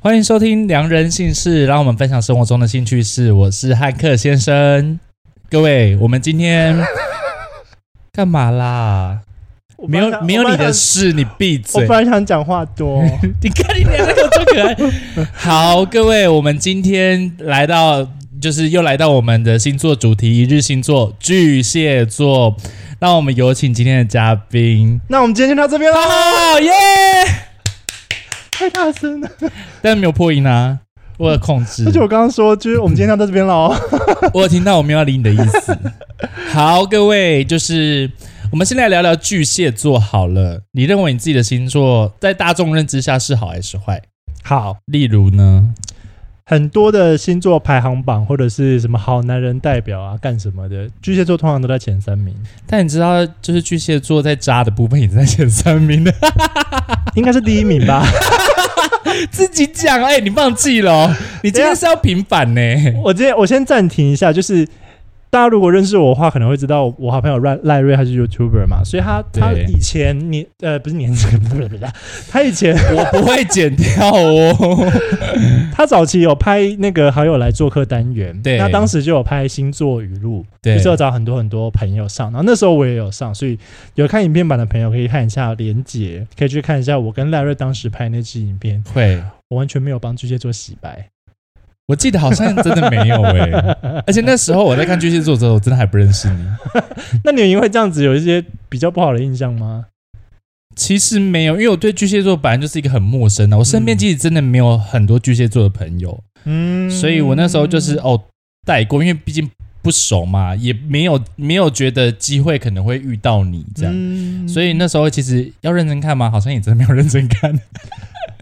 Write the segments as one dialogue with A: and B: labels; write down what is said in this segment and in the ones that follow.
A: 欢迎收听《良人姓氏》，让我们分享生活中的兴趣事。我是汉克先生，各位，我们今天干嘛 啦？
B: 我
A: 没
B: 本来
A: 有
B: 想
A: 没有你
B: 我本来
A: 的
B: 想
A: 事，你闭
B: 我
A: 嘴
B: 本！来想讲话 多，
A: 你看你脸那个装可爱。 好，各位，我们今天来到，就是又来到我们的星座主题——一日星座巨蟹座。让我们有请今天的嘉宾。
B: 那我们今天就到这边啦，
A: 哦耶！
B: 太大声了。
A: 但没有破音啊，我有控制
B: 而。且我刚刚说，就是我们今天就到这边了哦。
A: 我有听到，我没有要理你的意 思。好，各位，就是我们先来聊聊巨蟹座好了。你认为你自己的星座在大众认知下是好还是坏？
B: 好，
A: 例如呢？
B: 很多的星座排行榜或者是什么好男人代表啊，干什么的，巨蟹座通常都在前 三名，
A: 但你知道，就是巨蟹座在渣的部分也在前三名 的，
B: 应该是第一名 吧？
A: 自己讲，哎、你忘记了哦、你今天是要平反呢、
B: 我今天我先暂停一下，就是。大家如果认识我的话，可能会知道我好朋友赖赖瑞他是 YouTuber 嘛，所以他他
A: 对
B: 以前年呃不是年轻，不是不是，他以前
A: 我不会剪掉哦。
B: 他早期有拍那个好友来做客单元，
A: 对
B: 那当时就有拍星座语录，
A: 对
B: 就是要找很多很多朋友上，然后那时候我也有上，所以有看影片版的朋友可以看一下连结，可以去看一下我跟赖瑞当时拍那支影片，
A: 会，
B: 我完全没有帮巨蟹座洗白，
A: 我记得好像真的没有哎、 而且那时候我在看巨蟹座的时候，我真的还不认识你。
B: 那你有因为这样子有一些比较不好的印象吗？
A: 其实没有，因为我对巨蟹座本来就是一个很陌生的，我身边
B: 嗯
A: 其实真的没有很多巨蟹座的朋友，
B: 嗯
A: 所以我那时候就是哦带过，因为毕竟不熟嘛，也没有没有觉得机会可能会遇到你这样。
B: 嗯
A: 所以那时候其实要认真看吗？好像也真的没有认真看。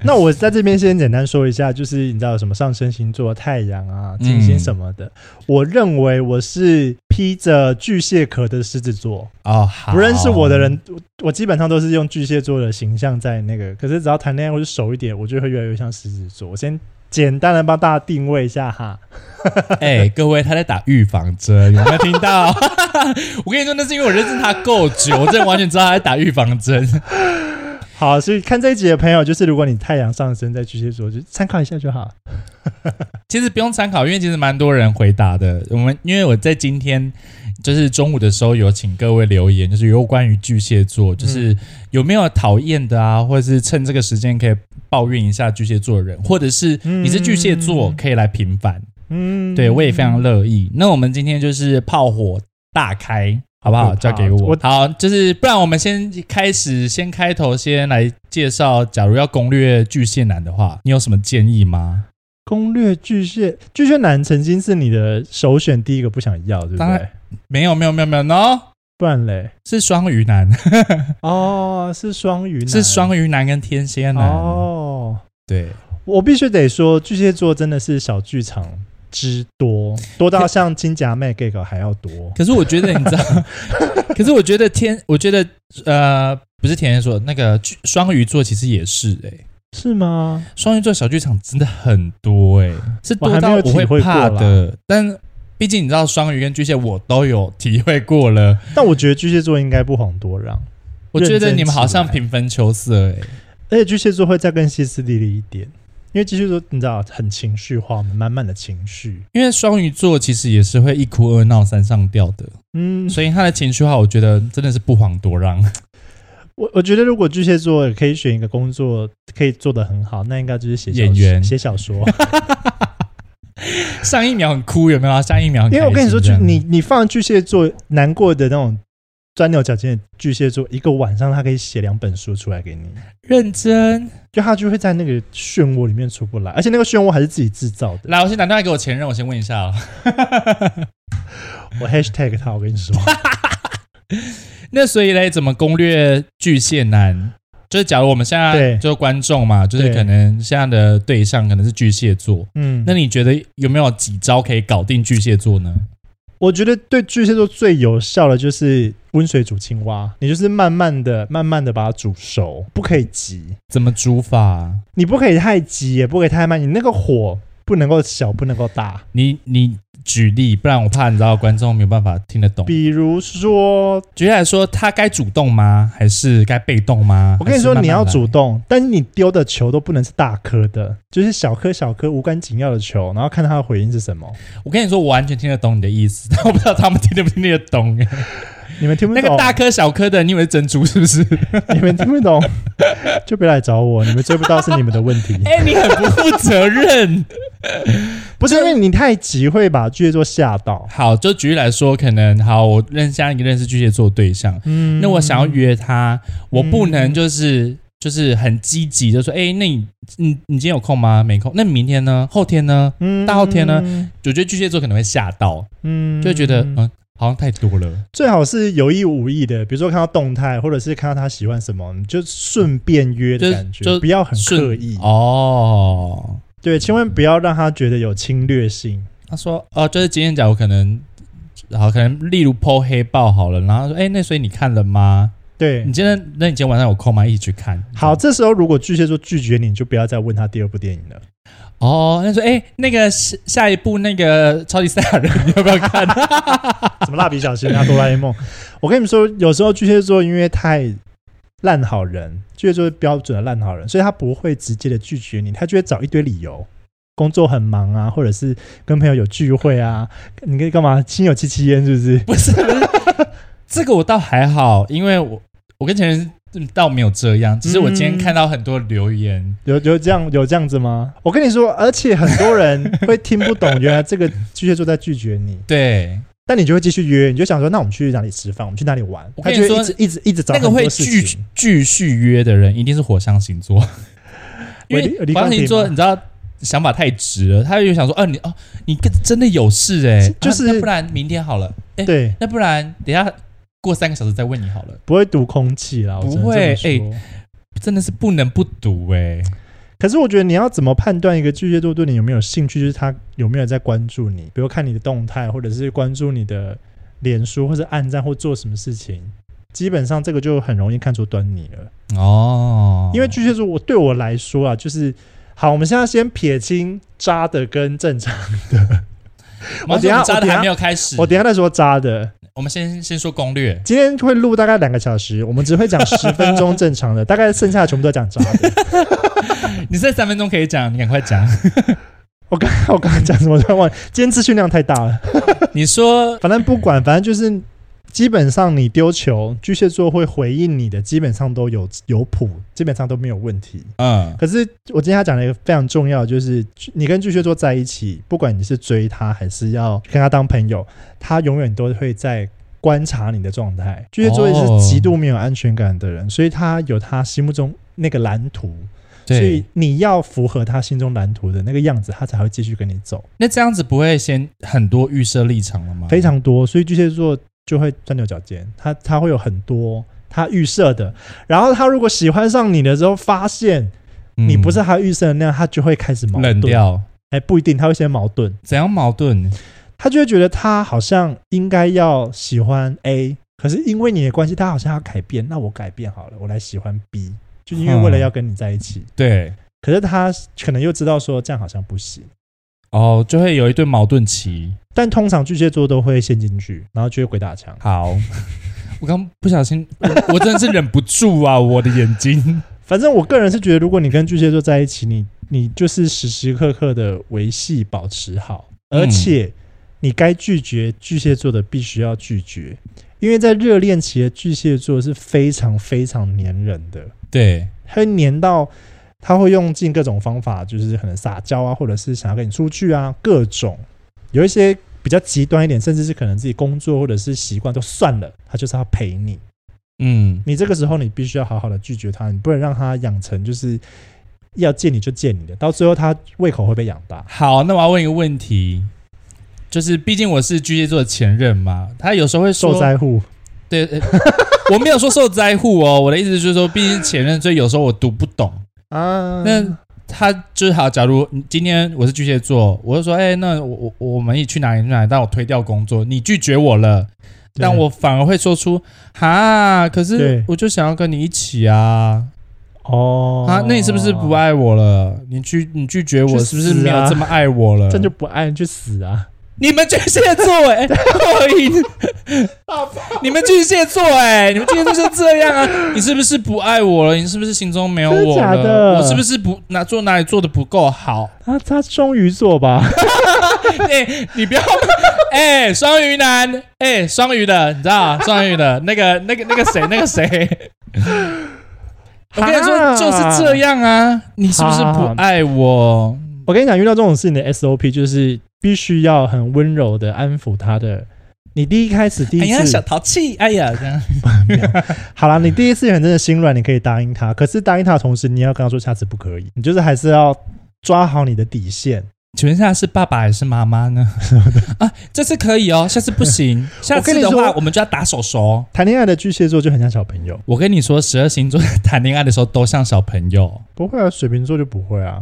B: 那我在这边先简单说一下，就是你知道有什么上升星座、太阳啊、金星什么
A: 嗯
B: 的。我认为我是披着巨蟹壳的狮子座，
A: 哦，好
B: 不认识我的，人，我我基本上都是用巨蟹座的形象在那个。可是只要谈恋爱或者熟一点，我就会越来越像狮子座。我先简单的帮大家定位一下哈。
A: 哎、各位，他在打预防针，有没有听到？ 我跟你说，那是因为我认识他够久，我真的完全知道他在打预防针。
B: 好，所以看这一集的朋友，就是如果你太阳上升在巨蟹座，就参考一下就好。
A: 其实不用参考，因为其实蛮多人回答的。我们因为我在今天就是中午的时候有请各位留言，就是有关于巨蟹座，就是有没有讨厌的啊，或者是趁这个时间可以抱怨一下巨蟹座的人，或者是你是巨蟹座
B: 嗯
A: 可以来平反。
B: 嗯，
A: 对我也非常乐意。那我们今天就是炮火大开，好不嗯好？
B: 我
A: 交给我。
B: 我
A: 好，就是不然我们先开始，先开头，先来介绍。假如要攻略巨蟹男的话，你有什么建议吗？
B: 攻略巨蟹，巨蟹男曾经是你的首选第一个不想要，对不
A: 当
B: 对
A: 然？没有，没有，没有，没有，no。
B: 不然嘞？
A: 是双鱼男，
B: 哦，是双鱼男，
A: 是双鱼男跟天蝎男。
B: 哦。
A: 对，
B: 我必须得说，巨蟹座真的是小剧场之多，多到像金甲妹 gay 还要多。
A: 可是我觉得你 知道，可是我觉得天，我觉得呃，不是天蝎座，那个巨双鱼座其实也是哎、
B: 是吗？
A: 双鱼座小剧场真的很多哎、是
B: 我
A: 多
B: 还
A: 到
B: 没有
A: 我会
B: 体会过
A: 怕
B: 啦
A: 的。但毕竟你知道，双鱼跟巨蟹我都有体会过了。
B: 但我觉得巨蟹座应该不遑多让，
A: 我觉得
B: 认真
A: 你们好像
B: 起来
A: 平分秋色哎、
B: 而且巨蟹座会再更歇斯底里一点，因为巨蟹座你知道很情绪化，满满的情绪。
A: 因为双鱼座其实也是会一哭二闹三上吊的，
B: 嗯，
A: 所以他的情绪化，我觉得真的是不遑多让。
B: 我我觉得如果巨蟹座可以选一个工作可以做得很好，那应该就是写小
A: 演员
B: 写小说。
A: 上一秒很哭有没有？下一秒很
B: 因为我跟你说，
A: 就
B: 巨你你放巨蟹座难过的那种钻牛角尖的巨蟹座，一个晚上他可以写两本书出来给你，
A: 认真。
B: 就他就会在那个漩涡里面出不来，而且那个漩涡还是自己制造的。
A: 来，我先打电话给我前任，我先问一下哦。
B: 我 hashtag 他，我跟 你说，
A: 那所以嘞，怎么攻略巨蟹男？就是假如我们现在
B: 对
A: 就是观众嘛，就是
B: 对
A: 可能现在的对象可能是巨蟹座，
B: 嗯，
A: 那你觉得有没有几招可以搞定巨蟹座呢？
B: 我觉得对巨蟹座最有效的就是温水煮青蛙，你就是慢慢的、慢慢的把它煮熟，不可以急，
A: 怎么煮法？啊
B: 你不可以太急，也不可以太慢，你那个火不能够小，不能够大。
A: 你你举例，不然我怕你知道观众没有办法听得懂。
B: 比如说，
A: 举例来说，他该主动吗？还是该被动吗？
B: 我跟你说，
A: 还
B: 你
A: 是慢慢
B: 要
A: 来
B: 主动，但是你丢的球都不能是大颗的，就是小颗小颗无关紧要的球，然后看他的回应是什么。
A: 我跟你说，我完全听得懂你的意思，但我不知道他们听得不听得懂。
B: 你们听不
A: 那
B: 懂，
A: 个大颗小颗的，你以为是珍珠是不是？
B: 你们听不懂，就别来找我，你们追不到是你们的问题，
A: 哎、你很不负责任。
B: 不是因为你太急会把巨蟹座吓到。
A: 好，就举例来说，可能好，我认识一个认识巨蟹座的对象，
B: 嗯
A: 那我想要约他，我不能
B: 嗯
A: 就是、就是很积极，就说，哎、那你你你今天有空吗？没空。那明天呢？后天呢？
B: 嗯
A: 大后天呢，我觉得巨蟹座可能会吓到，
B: 嗯
A: 就会觉得嗯好像太多了。
B: 最好是有意无意的，比如说看到动态，或者是看到他喜欢什么，你就顺便约的
A: 就
B: 感觉，
A: 就
B: 不要很
A: 顺
B: 刻意。
A: 哦，
B: 对，千万不要让他觉得有侵略性。
A: 他说，哦，就是今天讲我可能。好，可能例如剖黑豹好了，然后说，哎、那所以你看了吗？
B: 对
A: 你，今天，那你今天晚上有空吗？一起去看。
B: 好，这时候如果巨蟹座拒绝你，你就不要再问他第二部电影了。
A: 哦，那说哎、那个下下一部那个超级赛亚人 你要不要看？
B: 什么蜡笔小新啊、哆啦 A 梦，我跟你们说，有时候巨蟹座因为太烂好人，巨蟹座是标准的烂好人，所以他不会直接的拒绝你，他就会找一堆理由。工作很忙啊，或者是跟朋友有聚会啊，你可以干嘛？亲友戚戚焉是不是？
A: 不是，不是这个我倒还好，因为我我跟前任嗯倒没有这样，只是我今天
B: 嗯
A: 看到很多留言，
B: 有有这样有这样子吗？我跟你说，而且很多人会听不懂，原来这个巨蟹座在拒绝你，
A: 对，
B: 但你就会继续约，你就想说，那我们去哪里吃饭？我们去哪里玩？
A: 我
B: 他
A: 跟
B: 就
A: 你说
B: 会一直一直一直找
A: 那个
B: 很
A: 会
B: 多事
A: 继
B: 情
A: 继续约的人一定是火象星座，因
B: 我理我
A: 为
B: 理
A: 火象星
B: 解
A: 座
B: 吗
A: 你知道。想法太直了，他就想说，哦、你哦，你跟真的有事哎、
B: 就
A: 啊
B: 是
A: 那不然明天好了，哎
B: 对。
A: 那不然等一下过三个小时再问你好了，
B: 不会读空气啦，我只能
A: 不会哎
B: 这么说
A: 真的是不能不读哎、
B: 可是我觉得你要怎么判断一个巨蟹座对你有没有兴趣，就是他有没有在关注你，比如看你的动态，或者是关注你的脸书，或者暗赞，或做什么事情。基本上这个就很容易看出端倪了。
A: 哦，
B: 因为巨蟹座，我对我来说啊，就是好，我们现在先撇清渣的跟正常，
A: 我
B: 我等一
A: 们
B: 下
A: 渣
B: 我
A: 的
B: 等一
A: 还
B: 下
A: 没有开始，
B: 我
A: 我
B: 等一下再说渣的。
A: 们先先说攻略。
B: 今天会录大概两个小时，我们只会讲十分钟正常的，大概剩下的全部都讲渣的。
A: 你剩三分钟可以讲，你赶快讲。
B: 我刚 我刚刚讲什么突然忘了，今天资讯量太大了。
A: 你说
B: 反正不管，反正就是基本上你丢球，巨蟹座会回应你的，基本上都有有谱，基本上都没有问题。
A: 嗯
B: 可是我今天要讲的一个非常重要的，就是你跟巨蟹座在一起，不管你是追他还是要跟他当朋友，他永远都会在观察你的状态。巨蟹座
A: 哦
B: 是极度没有安全感的人，所以他有他心目中那个蓝图，所以
A: 对，
B: 你要符合他心中蓝图的那个样子，他才会继续跟你走。
A: 那这样子不会先很多预设立场了吗？
B: 非常多，所以巨蟹座就会钻牛角尖，他他会有很多他预设的，然后他如果喜欢上你的时候，发现
A: 嗯
B: 你不是他预设的那样，他就会开始矛
A: 冷
B: 盾。
A: 掉，
B: 哎，不一定，他会先矛盾，
A: 怎样矛盾？
B: 他就会觉得他好像应该要喜欢 A，可是因为你的关系，他好像要改变，那我改变好了，我来喜欢 B，就因为
A: 啊
B: 为了要跟你在一起。
A: 对，
B: 可是他可能又知道说这样好像不行，
A: 哦，就会有一对矛盾期。
B: 但通常巨蟹座都会陷进去，然后就会鬼打墙。
A: 好，我刚不小心，我我真的是忍不住啊，我的眼睛。
B: 反正我个人是觉得，如果你跟巨蟹座在一起，你你就是时时刻刻的维系、保持好，
A: 嗯
B: 而且你该拒绝巨蟹座的必须要拒绝，因为在热恋期的巨蟹座是非常非常黏人的，
A: 对，
B: 他会黏到他会用尽各种方法，就是可能撒娇啊，或者是想要跟你出去啊，各种有一些比较极端一点，甚至是可能自己工作或者是习惯都算了，他就是要陪你。
A: 嗯，
B: 你这个时候你必须要好好的拒绝他，你不能让他养成就是要见你就见你的，到最后他胃口会被养大。
A: 好，那我要问一个问题，就是毕竟我是巨蟹座的前任嘛，他有时候会说
B: 受灾户，
A: 对，呃 我没有说受灾户哦，我的意思就是说，毕竟前任，所以有时候我读不懂。
B: 啊
A: 那他就是好，假如你今天我是巨蟹座，我就说，哎、那我我我们一起去哪里去哪里，但我推掉工作，你拒绝我了，但我反而会说出，哈，可是
B: 对
A: 我就想要跟你一起啊，
B: 哦
A: 啊，那你是不是不？爱我了？你拒你拒绝我，
B: 去
A: 是不是
B: 死
A: 没有
B: 啊
A: 这么爱我了？
B: 这就不爱你去死啊！
A: 你们巨蟹座 哎、 破音，你们巨蟹座哎、你们巨蟹座就这样啊？你是不是不爱我了？你是不是心中没有
B: 真的
A: 我
B: 假
A: 了？
B: 的
A: 我是不是不哪做哪里做的不够好？
B: 他他双鱼座吧？
A: 哎、你不要 哎，双、鱼男哎，双、鱼的，你知道啊双鱼的那个那个那个谁那个谁。 我跟你说，
B: 啊
A: 就是这。样啊！你是不是不爱我？
B: 我跟你讲，遇到这种事，你的 SOP 就是必须要很温柔的安抚他的。你第一开始第
A: 哎
B: 一
A: 呀，小
B: 次，
A: 淘气！哎呀，这样
B: 好啦，你第一次很真的心软，你可以答应他。可是答应他的同时，你也要跟他说下次不可以，你就是还是要抓好你的底线。
A: 请问一下，是爸爸还是妈妈 呢？啊，这次可以哦，下次不行。下次的
B: 我跟你
A: 话，
B: 说
A: 我们就要打手手。
B: 谈恋爱的巨蟹座就很像小朋友，
A: 我跟你说，十二星座谈恋爱的时候都像小朋友
B: 不会啊，水瓶座就不会啊，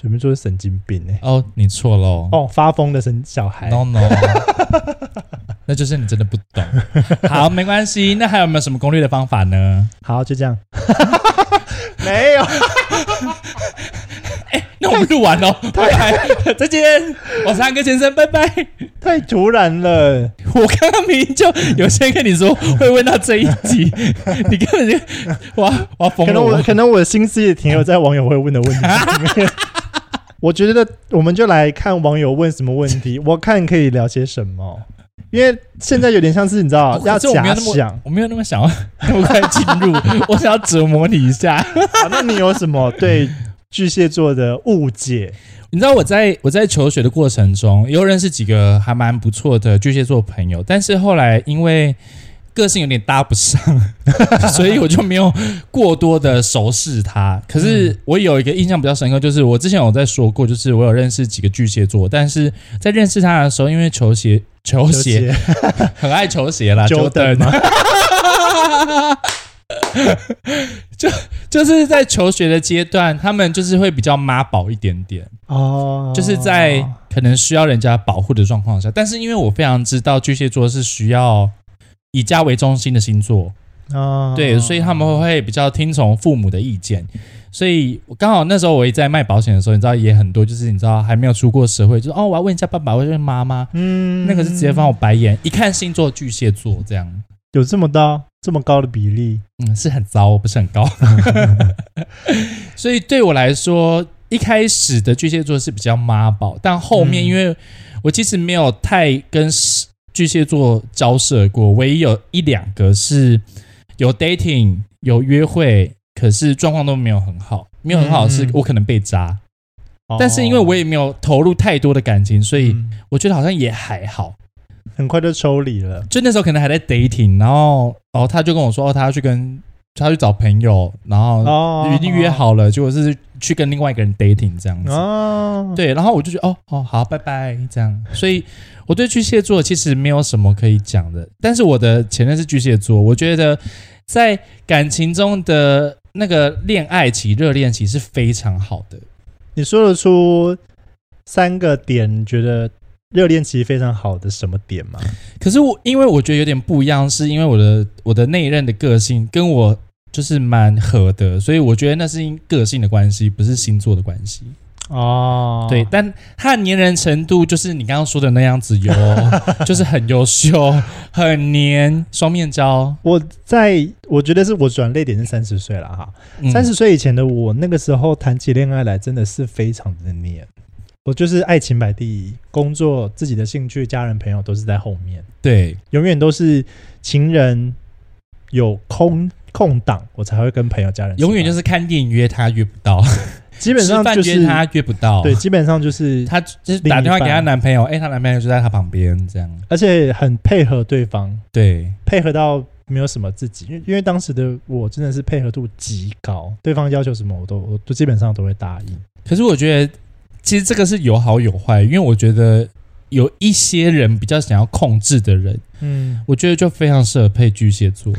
B: 水瓶座是神经病哎、
A: 哦。你错喽、
B: 哦，发疯的神小孩。
A: n o no，那就是你真的不 懂。好，没关系。那还有没有什么攻略的方法呢？
B: 好，就 这样。没有，
A: 那我们录完 喽，拜拜，再见，我是安哥先生，拜拜。
B: 太突然了。
A: 我刚刚明明就有先跟你说会问到这一 集，你根本就哇哇疯
B: 可
A: 了
B: 能
A: 我
B: 我可能我的心思也停留在网友会问的问题 上面。我觉得我们就来看网友问什么问题， 我看可以聊些什么。因为现在有点像是你知道啊
A: 哦
B: 要
A: 可是我没
B: 假
A: 有那么
B: 想，
A: 我没有那么想要那么快进入， 我想要折磨你一下。
B: 好啊那你有什么对巨蟹座的误解？
A: 你知道我在我在求学的过程中，有认识几个还蛮不错的巨蟹座朋友，但是后来因为个性有点搭不上， 所以我就没有过多的熟识他。可是我有一个印象比较深刻，就是我之前有在说过，就是我有认识几个巨蟹座，但是在认识他的时候，因为球鞋球鞋
B: 纠结
A: 很爱球鞋啦，就
B: Jordan
A: 等
B: 吗？
A: 就就是在求学的阶段，他们就是会比较妈宝一点点，
B: 哦，
A: 就是在可能需要人家保护的状况下。但是因为我非常知道巨蟹座是需要以家为中心的星座，
B: 哦
A: 对，所以他们会比较听从父母的意见。所以我刚好那时候我也在卖保险的时候，你知道也很多，就是你知道还没有出过社会，就是哦，我要问一下爸爸，我要问妈妈，
B: 嗯
A: 那个是直接翻我白眼，一看星座巨蟹座这样，
B: 有这么高这么高的比例，
A: 嗯，是很糟，不是很高。 所以对我来说，一开始的巨蟹座是比较妈宝，但后面
B: 嗯
A: 因为我其实没有太跟巨蟹座交涉过，唯一有一两个是有 dating 有约会，可是状况都没有很好，没有很好
B: 嗯
A: 是我可能被渣，
B: 哦
A: 但是因为我
B: 也
A: 也没有投入太多的感情，所以我觉得好像也还好。
B: 嗯很快就抽离了。
A: 就那时候可能还在 dating，然后然后他就跟我说，哦，他要去跟他要去找朋友，然后
B: 哦，
A: 嗯已经约好了，结果是去跟另外一个人 dating 这样子。
B: 哦，
A: 对，然后我就觉得哦哦好，拜拜这样。所以我对巨蟹座其实没有什么可以讲的，但是我的前任是巨蟹座，我觉得在感情中的那个恋爱期、热恋期是非常好的。
B: 你说得出三个点，你觉得热恋期非常好的什么点吗？
A: 可是我因为我觉得有点不一样，是因为我的我的那一任的个性跟我就是蛮合的，所以我觉得那是因个性的关系，不是星座的关系。
B: 哦
A: 对，，但他的粘人程度就是你刚刚说的那样子 哟，就是很优秀，很黏，双面胶。
B: 我在我觉得是我转泪点是三十岁了哈，
A: 嗯
B: 三十岁以前的我，那个时候谈起恋爱来真的是非常的黏，我就是爱情摆第一，工作、自己的兴趣、家人、朋友都是在后面，
A: 对，
B: 永远都是情人有空空档，我才会跟朋友、家人吃饭，
A: 永远就是看电影约他约不到，
B: 基本上
A: 吃饭
B: 就
A: 约
B: 是
A: 他约不到，
B: 对，，基本上就是
A: 他就是打电话给她男朋友，哎、她男朋友就在她旁边这样。
B: 而且很配合对方，
A: 对，
B: 配合到没有什么自己，因为因为当时的我真的是配合度极高，对方要求什么我都我都基本上都会答应。
A: 可是我觉得其实这个是有好有坏，因为我觉得有一些人比较想要控制的人，
B: 嗯，
A: 我觉得就非常适合配巨蟹座。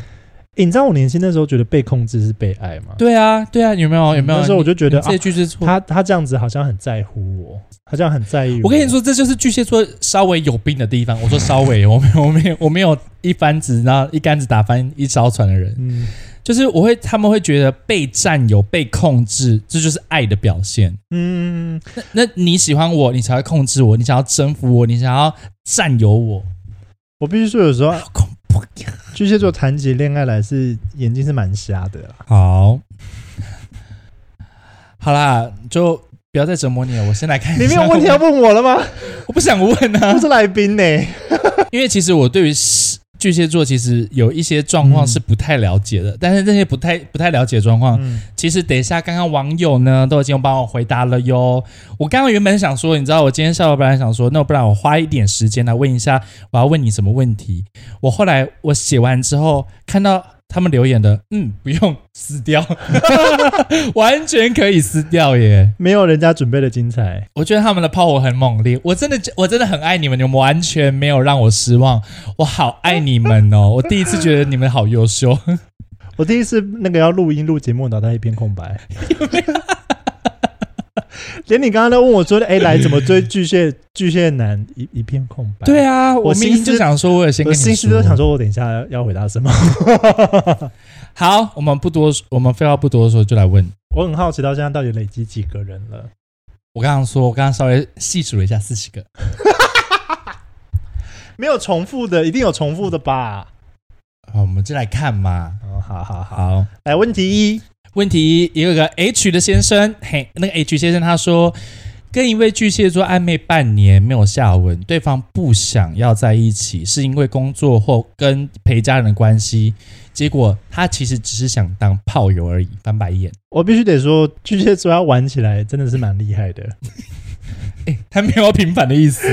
B: 你知道我年轻的时候觉得被控制是被爱吗？
A: 对啊，对啊，有没有有没有？
B: 那时候我就觉得
A: 你这些巨蟹座
B: 他他这样子好像很在乎我，他这样很在意我。
A: 我跟你，说，这就是巨蟹座稍微有病的地方。我说稍微，我没有，我没有，我没有一竿子，然后一竿子打翻一艘船的人。
B: 嗯，
A: 就是我会他们会觉得被占有、被控制，这就是爱的表现。
B: 嗯，
A: 那你喜欢我，你才会控制我，你想要征服我，你想要占有我，
B: 我必须说，有时候
A: 好恐怖呀！
B: 巨蟹座谈起恋爱来是眼睛是蛮瞎的啊啦。
A: 好，好啦，就不要再折磨你了。我先来看一下，
B: 你没有问题要啊问我了吗？
A: 我不想问啊
B: 我，是来宾呢、
A: 因为其实我对于巨蟹座其实有一些状况
B: 嗯
A: 是不太了解的，但是这些不太不太了解的状况，
B: 嗯，
A: 其实等一下，刚刚网友呢都已经帮我回答了哟。我刚刚原本想说，你知道，我今天下午本来想说，那不然我花一点时间来问一下，我要问你什么问题。我后来我写完之后，看到他们留言的，嗯，不用撕 掉，完全可以撕掉耶。
B: 没有人家准备的精彩。
A: 我觉得他们的炮火很猛烈，我真的我真的很爱你们，你们完全没有让我失望，我好爱你们哦！我第一次觉得你们好优 秀。
B: 我第一次那个要录音录节目，脑袋一片空白。 连你刚刚在问我说：“哎、来怎么追巨蟹？巨蟹男一一片空白。”
A: 对
B: 啊，
A: 啊， 我
B: 我
A: 明
B: 心
A: 明就
B: 思
A: 想说，我有先
B: 我
A: 跟你
B: 心思都想说，我等一下要要回答什 么。
A: 好，我们不多，我们废话不多说，就来问。
B: 我很好奇，到现在到底累积几个人了？
A: 我刚刚说，我刚刚稍微细数了一下，四十个。
B: 没有重复的，一定有重复的吧？
A: 好，我们就来看嘛。
B: 哦，好好好，
A: 好，
B: 来问题一，
A: 问题一，有一个 H 的先生，嘿，那个 H 先生他说，跟一位巨蟹座暧昧半年没有下文，对方不想要在一起，是因为工作或跟陪家人的关系，结果他其实只是想当炮友而已，翻白眼。
B: 我必须得说，巨蟹座要玩起来真的是蛮厉 害的。
A: 哎、他没有要平反的意思。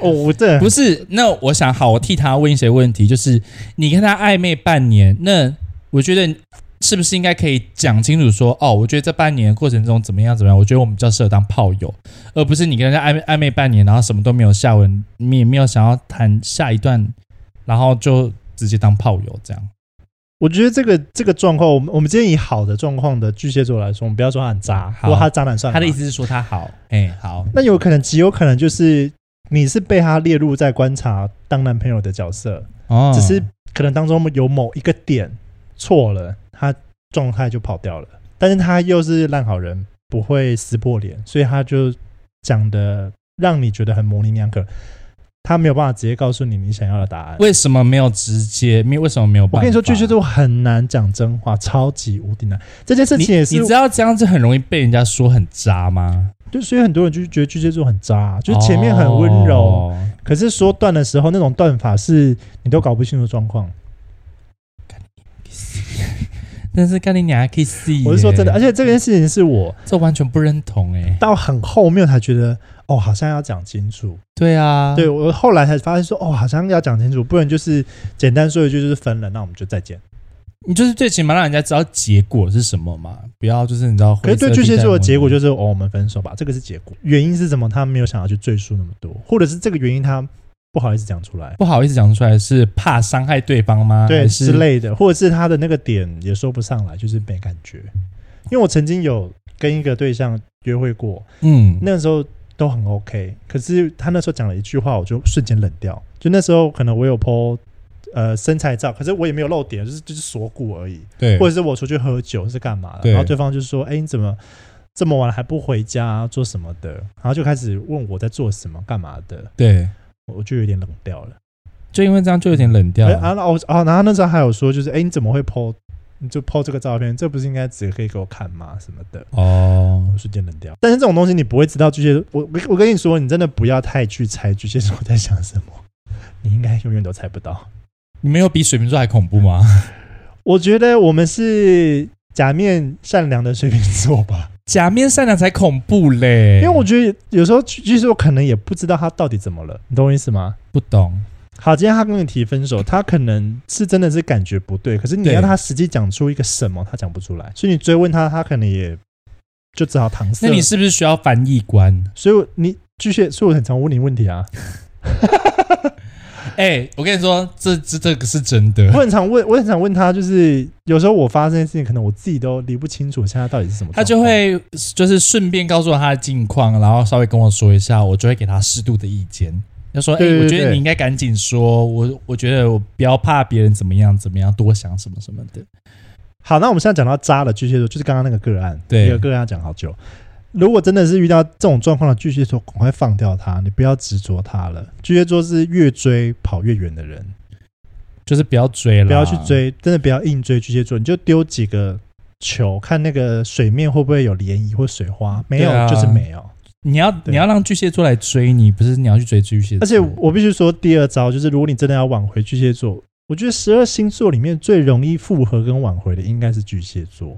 B: 哦，我这
A: 不是， 那我想好，我替他问一些问题，就是你跟他暧昧半年，那我觉得是不是应该可以讲清楚说，哦，我觉得这半年过程中怎么样怎么样，我觉得我们比较适合当炮友，而不是你跟人家暧昧暧昧半年，然后什么都没有下文，你也没有想要谈下一段，然后就直接当炮友这样。
B: 我觉得这个这个状况，我们我们今天以好的状况的巨蟹座来说，我们不要说他很渣，
A: 好
B: 如果他渣男算
A: 他的意
B: 吗，
A: 思是说他好，哎、好，
B: 那有可能极有可能就是你是被他列入在观察当男朋友的角色，
A: 哦
B: 只是可能当中有某一个点错了，他状态就跑掉了。但是他又是烂好人，不会撕破脸，所以他就讲的让你觉得很模棱两可。他没有办法直接告诉你你想要的答案。
A: 为什么没有直接？没有为什么没有办法？
B: 我跟你说，巨蟹座很难讲真话，超级无敌难。这件事
A: 你
B: 情也
A: 你
B: 是
A: 知，道这样子很容易被人家说很渣吗？
B: 就所以很多人就觉得巨蟹座很渣、啊就是前面很温柔，
A: 哦
B: 可是说断的时候那种断法是你都搞不清楚状况。
A: 但是干你娘还可以 see，
B: 我是说真的，而
A: 且
B: 且这件事情是我
A: 这完全不认同哎、
B: 到很后面才觉得，哦，好像要讲清楚。
A: 对啊，
B: 对我后来才发现说，哦，好像要讲清楚，不然就是简单说一句就是分了，那我们就再见。
A: 你就是最起码让人家知道结果是什么嘛，不要就是你知道。
B: 可是对巨蟹座的结果就是是，哦，我们分手吧，这个是结果。原因是什么？他没有想要去赘述那么多，或者是这个原因他不好意思讲出来，
A: 不好意思讲出来，是怕伤害对方吗？
B: 对
A: 还是
B: 之类的，或者是他的那个点也说不上来，就是没感觉。因为我曾经有跟一个对象约会过，
A: 嗯，
B: 那个时候都很 OK，可是他那时候讲了一句话，我就瞬间冷掉。就那时候可能我有 po 呃身材照，可是我也没有露点，就是就是锁骨而已，
A: 对，
B: 或者是我出去喝酒是干嘛的，
A: 对
B: 然后对方就说：“哎、你怎么这么晚了还不回家、啊做什么的？”然后就开始问我在做什么、干嘛的，
A: 对，
B: 我就有点冷掉了。
A: 就因为这样就有点冷掉
B: 哎、
A: 了。
B: 啊，然后我啊，然后那时候还有说，就是哎、你怎么会 po？你就 po 这个照片，这不是应该只可以给我看吗？什么的。
A: 哦，
B: 瞬间冷掉。但是这种东西你不会知道巨蟹座，我我我跟你说，你真的不要太去猜巨蟹座在想什么，你应该永远都猜不到。
A: 你没有比水瓶座还恐怖吗？
B: 我觉得我们是假面善良的水瓶座吧，
A: 假面善良才恐怖嘞，
B: 因为我觉得有时候巨巨蟹座可能也不知道他到底怎么了，你懂我意思吗？
A: 不懂。
B: 好，今天他跟你提分手，他可能是真的是感觉不对，可是你
A: 对
B: 要他实际讲出一个什么，他讲不出来，所以你追问他，他可能也就只好搪塞。
A: 那你是不是需要翻译官？
B: 所以我你巨蟹，所以我很常问你问 题啊。
A: 哎、我跟你说，这这这个是真的。
B: 我很常问，我很常问他，就是有时候我发生的事情，可能我自己都理不清楚现在到底是什么状况。
A: 他就会就是顺便告诉我他的近况，然后稍微跟我说一下，我就会给他适度的意见。就说：“哎、
B: 对对
A: 我觉得
B: 对
A: 你应该赶紧说，我我觉得我不要怕别人怎么样怎么样，多想什么什么的。
B: 好，那我们现在讲到渣的巨蟹座，就是刚刚那个个案，
A: 对
B: 有个案要讲好久。如果真的是遇到这种状况的巨蟹座，赶快放掉他，你不要执着他了。巨蟹座是越追跑越远的人，
A: 就是不要追了，
B: 不要去。追，真的不要硬追巨蟹座，你就丢几个球，看那个水面会不会有涟漪或水花，没有、
A: 对啊
B: 就是没有。
A: 你要
B: 对
A: 你要让巨蟹座来追你，不是你要去追巨蟹座。
B: 而且我必须说，第二招就是，如果你真的要挽回巨蟹座，我觉得十二星座里面最容易复合跟挽回的应该是巨蟹座，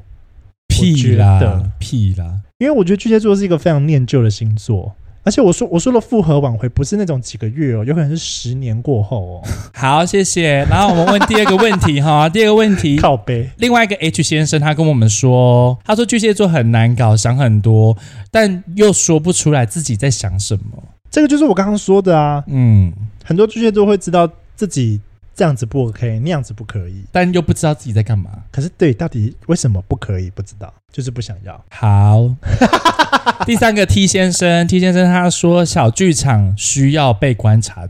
A: 屁
B: 我觉得
A: 啦屁啦，
B: 因为我觉得巨蟹座是一个非常念旧的星座。而且我说我说的复合挽回不是那种几个月哦，有可能是十年过后哦，
A: 好，谢谢。然后我们问第二个问 题哈，第二个问题，
B: 靠背。
A: 另外一个 H 先生他跟我们说，他说巨蟹座很难搞，想很多，但又说不出来自己在想什么。
B: 这个就是我刚刚说的啊，
A: 嗯，
B: 很多巨蟹座会知道自己这样子不 OK，那样子不可以，
A: 但又不知道自己在干嘛。
B: 可是对，到底为什么不可以？不知道，就是不想要。
A: 好， 第三个 T 先生，T 先生他说小剧场需要被观察，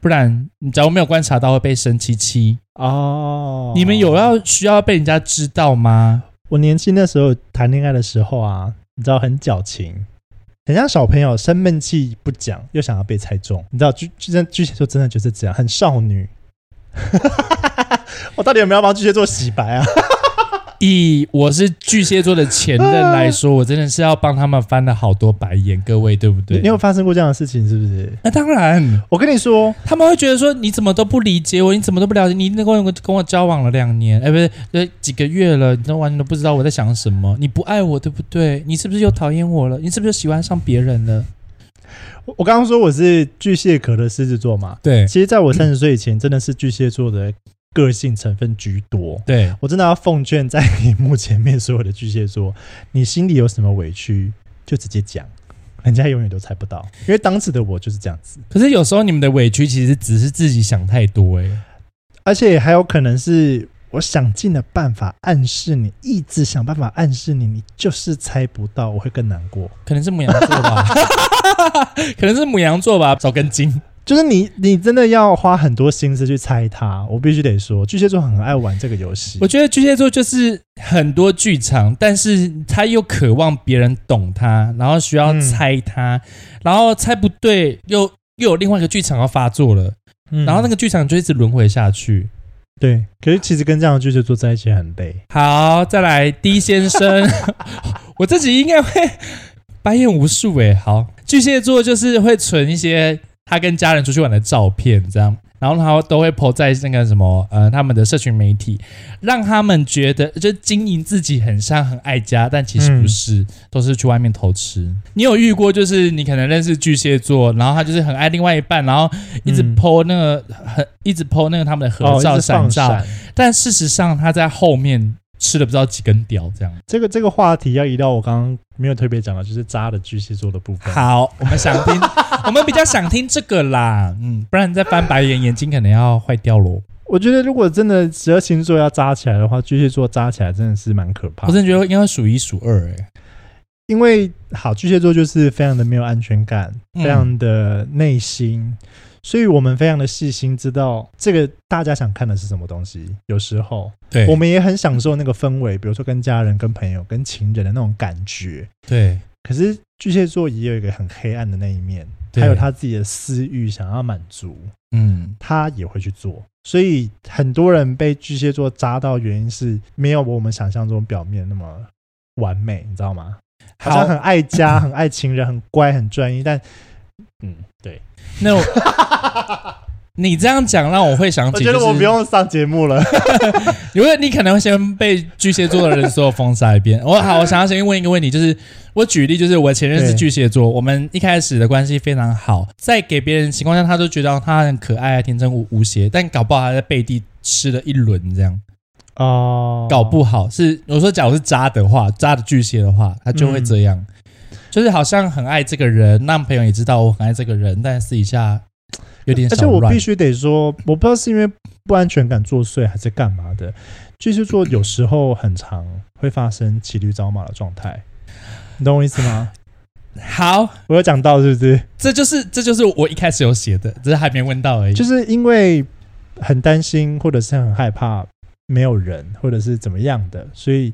A: 不然你假如没有观察到会被生气气。
B: 哦
A: 你们有要需要被人家知道吗？
B: 我年轻的时候谈恋爱的时候啊，你知道很矫情，很像小朋友生闷气不讲，又想要被猜中。你知道巨巨真巨蟹座真的就是这样，很少 女。我到底有没有帮巨蟹座洗白啊？
A: 以我是巨蟹座的前任来 说，我真的是要帮他们翻了好多白眼，各位对不
B: 你
A: 对
B: 你？有发生过这样的事情是不是？
A: 那当然，
B: 我跟你说，
A: 他们会觉得说你怎么都不理解我，你怎么都不了解，你那跟我跟我交往了两年，哎，不是，呃，几个月了，你都完全都不知道我在想什么，你不爱我对不对？你是不是又讨厌我了？你是不是又喜欢上别人了？
B: 我我刚刚说我是巨蟹壳的狮子座嘛，
A: 对
B: 其实在我三十岁以前，真的是巨蟹座的个性成分居多。
A: 对，
B: 我真的要奉劝在荧幕前面所有的巨蟹座，你心里有什么委屈就直接讲，人家永远都猜不到，因为当时的我就是这样子，
A: 可是有时候你们的委屈其实只是自己想太多、哎，
B: 而且还有可能是我想尽了办法暗示你，一直想办法暗示你，你就是猜不到，我会更难过。
A: 可能是母羊座吧， 可能是母羊座吧，找根筋。
B: 就是你，你真的要花很多心思去猜它。我必须得说，巨蟹座很爱玩这个游戏
A: 我。觉得巨蟹座就是很多剧场，但是他又渴望别人懂他，然后需要
B: 嗯
A: 猜他，然后猜不对又又有另外一个剧场要发作了，
B: 嗯
A: 然后那个剧场就一直轮回下去。
B: 对，可是其实跟这样的巨蟹座在一起很累。
A: 好，再来 D 先生， 我自己应该会白眼无数诶。好，巨蟹座就是会存一些他跟家人出去玩的照片，这样，然后他都会 po 在那个什么呃他们的社群媒体，让他们觉得就经营自己很像很爱家，但其实不
B: 嗯
A: 是，都是去外面偷吃。你有遇过就是你可能认识巨蟹座，然后他就是很爱另外一半，然后一直
B: 嗯
A: po 那个很、一直 po 那个他们的
B: 哦
A: 合
B: 一
A: 照、
B: 直
A: 闪
B: 放
A: 照，
B: 闪
A: 但事实上他在后面吃了不知道几根屌，这样。
B: 这个这个话题要移到我刚刚没有特别讲的，就是渣的巨蟹座的部分。
A: 好，我们想 听，我们比较想听这个啦，嗯，不然你再翻白眼，眼睛可能要坏掉喽。
B: 我觉得如果真的十二星座要扎起来的话，巨蟹座扎起来真的是蛮可
A: 我
B: 怕的。
A: 真的觉得应该数一数二、欸，
B: 因为好巨蟹座就是非常的没有安全感，
A: 嗯
B: 非常的内心，所以我们非常的细心，知道这个大家想看的是什么东西。有时候
A: 对，
B: 我们也很享受那个氛围，比如说跟家人、跟朋友、跟情人的那种感觉。
A: 对，
B: 可是巨蟹座也有一个很黑暗的那一面，
A: 对
B: 还有他自己的私欲想要满足。
A: 嗯，
B: 他也会去做。所以很多人被巨蟹座扎到，原因是没有我们想象中表面那么完美，你知道吗？好像
A: 好，
B: 很爱家、 很爱情人、很乖、很专一，但嗯，对，
A: 那我 你这样讲让我会想
B: 我
A: 起、
B: 觉
A: 就是，
B: 得我不，用上节目了。
A: 因为你可能会先被巨蟹座的人所有封杀一 遍。我好，我想要先问一个问题，就是我举例，就是我前任是
B: 对
A: 巨蟹座，我们一开始的关系非常好，在给别人的情况下，他都觉得他很可爱、天真无无邪，但搞不好他在背地吃了一轮这样。
B: 哦，
A: 搞不好是我说，假如是渣的话，渣的巨蟹的话，他就会这样，就是好像很爱这个人，让朋友也知道我很爱这个人，但私底下有点
B: 而
A: 小
B: 且我
A: 乱
B: 必。须得说，我不知道是因为不安全感作祟还是干嘛的，巨蟹座有时候很常会发生骑驴找马的状态，你懂我意思吗？
A: 好，
B: 我有讲到是不是？
A: 这就是这就是我一开始有写的，只是还没问到而已。
B: 就是因为很担心或者是很害怕没有人，或者是怎么样的，所以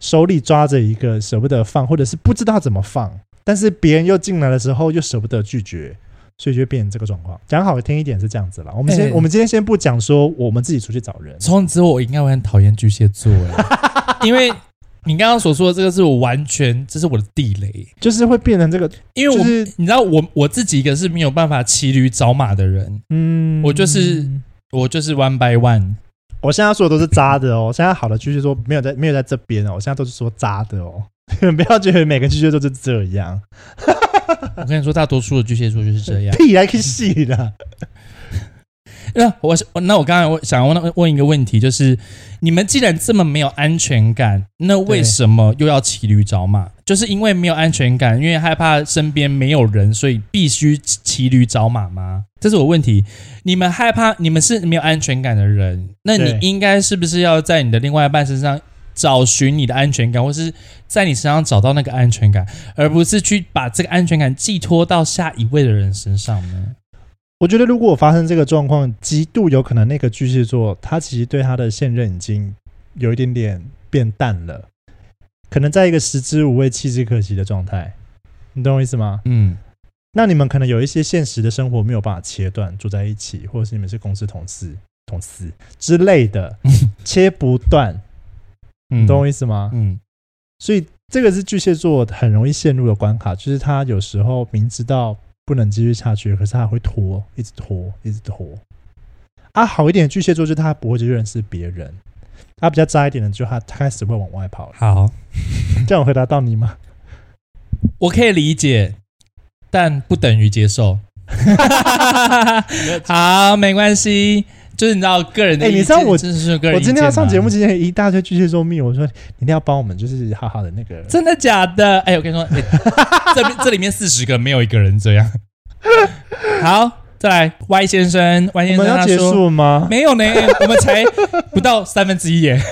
B: 手里抓着一个舍不得放，或者是不知道怎么放，但是别人又进来的时候又舍不得拒绝，所以就会变成这个状况。讲好听一点是这样子啦，我们先、
A: 哎
B: 我们今天先不讲说我们自己出去找人，
A: 从此之后，我应该会很讨厌巨蟹座， 哎因为你刚刚所说的这个是我完全，这是我的地雷，
B: 就是会变成这个，
A: 因为我、
B: 就是
A: 你知道我我自己一个是没有办法骑驴找马的人，
B: 嗯，
A: 我就是我就是 one by one，
B: 我现在说的都是渣的哦，现在好的巨蟹座没有在没有在这边哦，我现在都是说渣的哦， 你们不要觉得每个巨蟹座都是这样，
A: 我跟你说，大多数的巨蟹座就是这样。
B: 屁来去戏的，
A: 那我是那我刚才我想问问一个问题，就是你们既然这么没有安全感，那为什么又要骑驴找马？就是因为没有安全感，因为害怕身边没有人，所以必须骑骑驴找马吗？这是我问题。你们害怕，你们是没有安全感的人，那你
B: 对
A: 应该是不是要在你的另外一半身上找寻你的安全感，或是在你身上找到那个安全感，而不是去把这个安全感寄托到下一位的人身上呢？
B: 我觉得如果发生这个状况，极度有可能那个巨蟹座他其实对他的现任已经有一点点变淡了，可能在一个食之无味弃之可惜的状态，你懂我意思吗？
A: 嗯。
B: 那你们可能有一些现实的生活没有办法切断，住在一起，或者是你们是公司同事、同事之类的，切不断，
A: 嗯
B: 你懂我意思吗？
A: 嗯
B: 所以这个是巨蟹座很容易陷入的关卡，就是他有时候明知道不能继续下去，可是他还会拖，一直拖，一直拖。啊，好一点的巨蟹座就是他不会去认识别人，他、比较渣一点的就他他开始会往外跑 了。
A: 好，
B: 这样有回答到你吗？
A: 我可以理解，但不等于接受。 好，没关系，就是你知道个人的
B: 哎
A: 意见，
B: 你知道我
A: 这是个人
B: 我今天要上节目
A: 前，
B: 之前，一大堆巨蟹座密友，我说你一定要帮我们，就是好好的那个。
A: 真的假的？哎、我跟你说， 哎这边这里面四十个没有一个人这样。好，再来，Y 先生，Y
B: 我
A: 先
B: 们
A: 生
B: 要
A: 他
B: 结
A: 说
B: 束吗？
A: 没 有呢，我们才不到三分之一耶。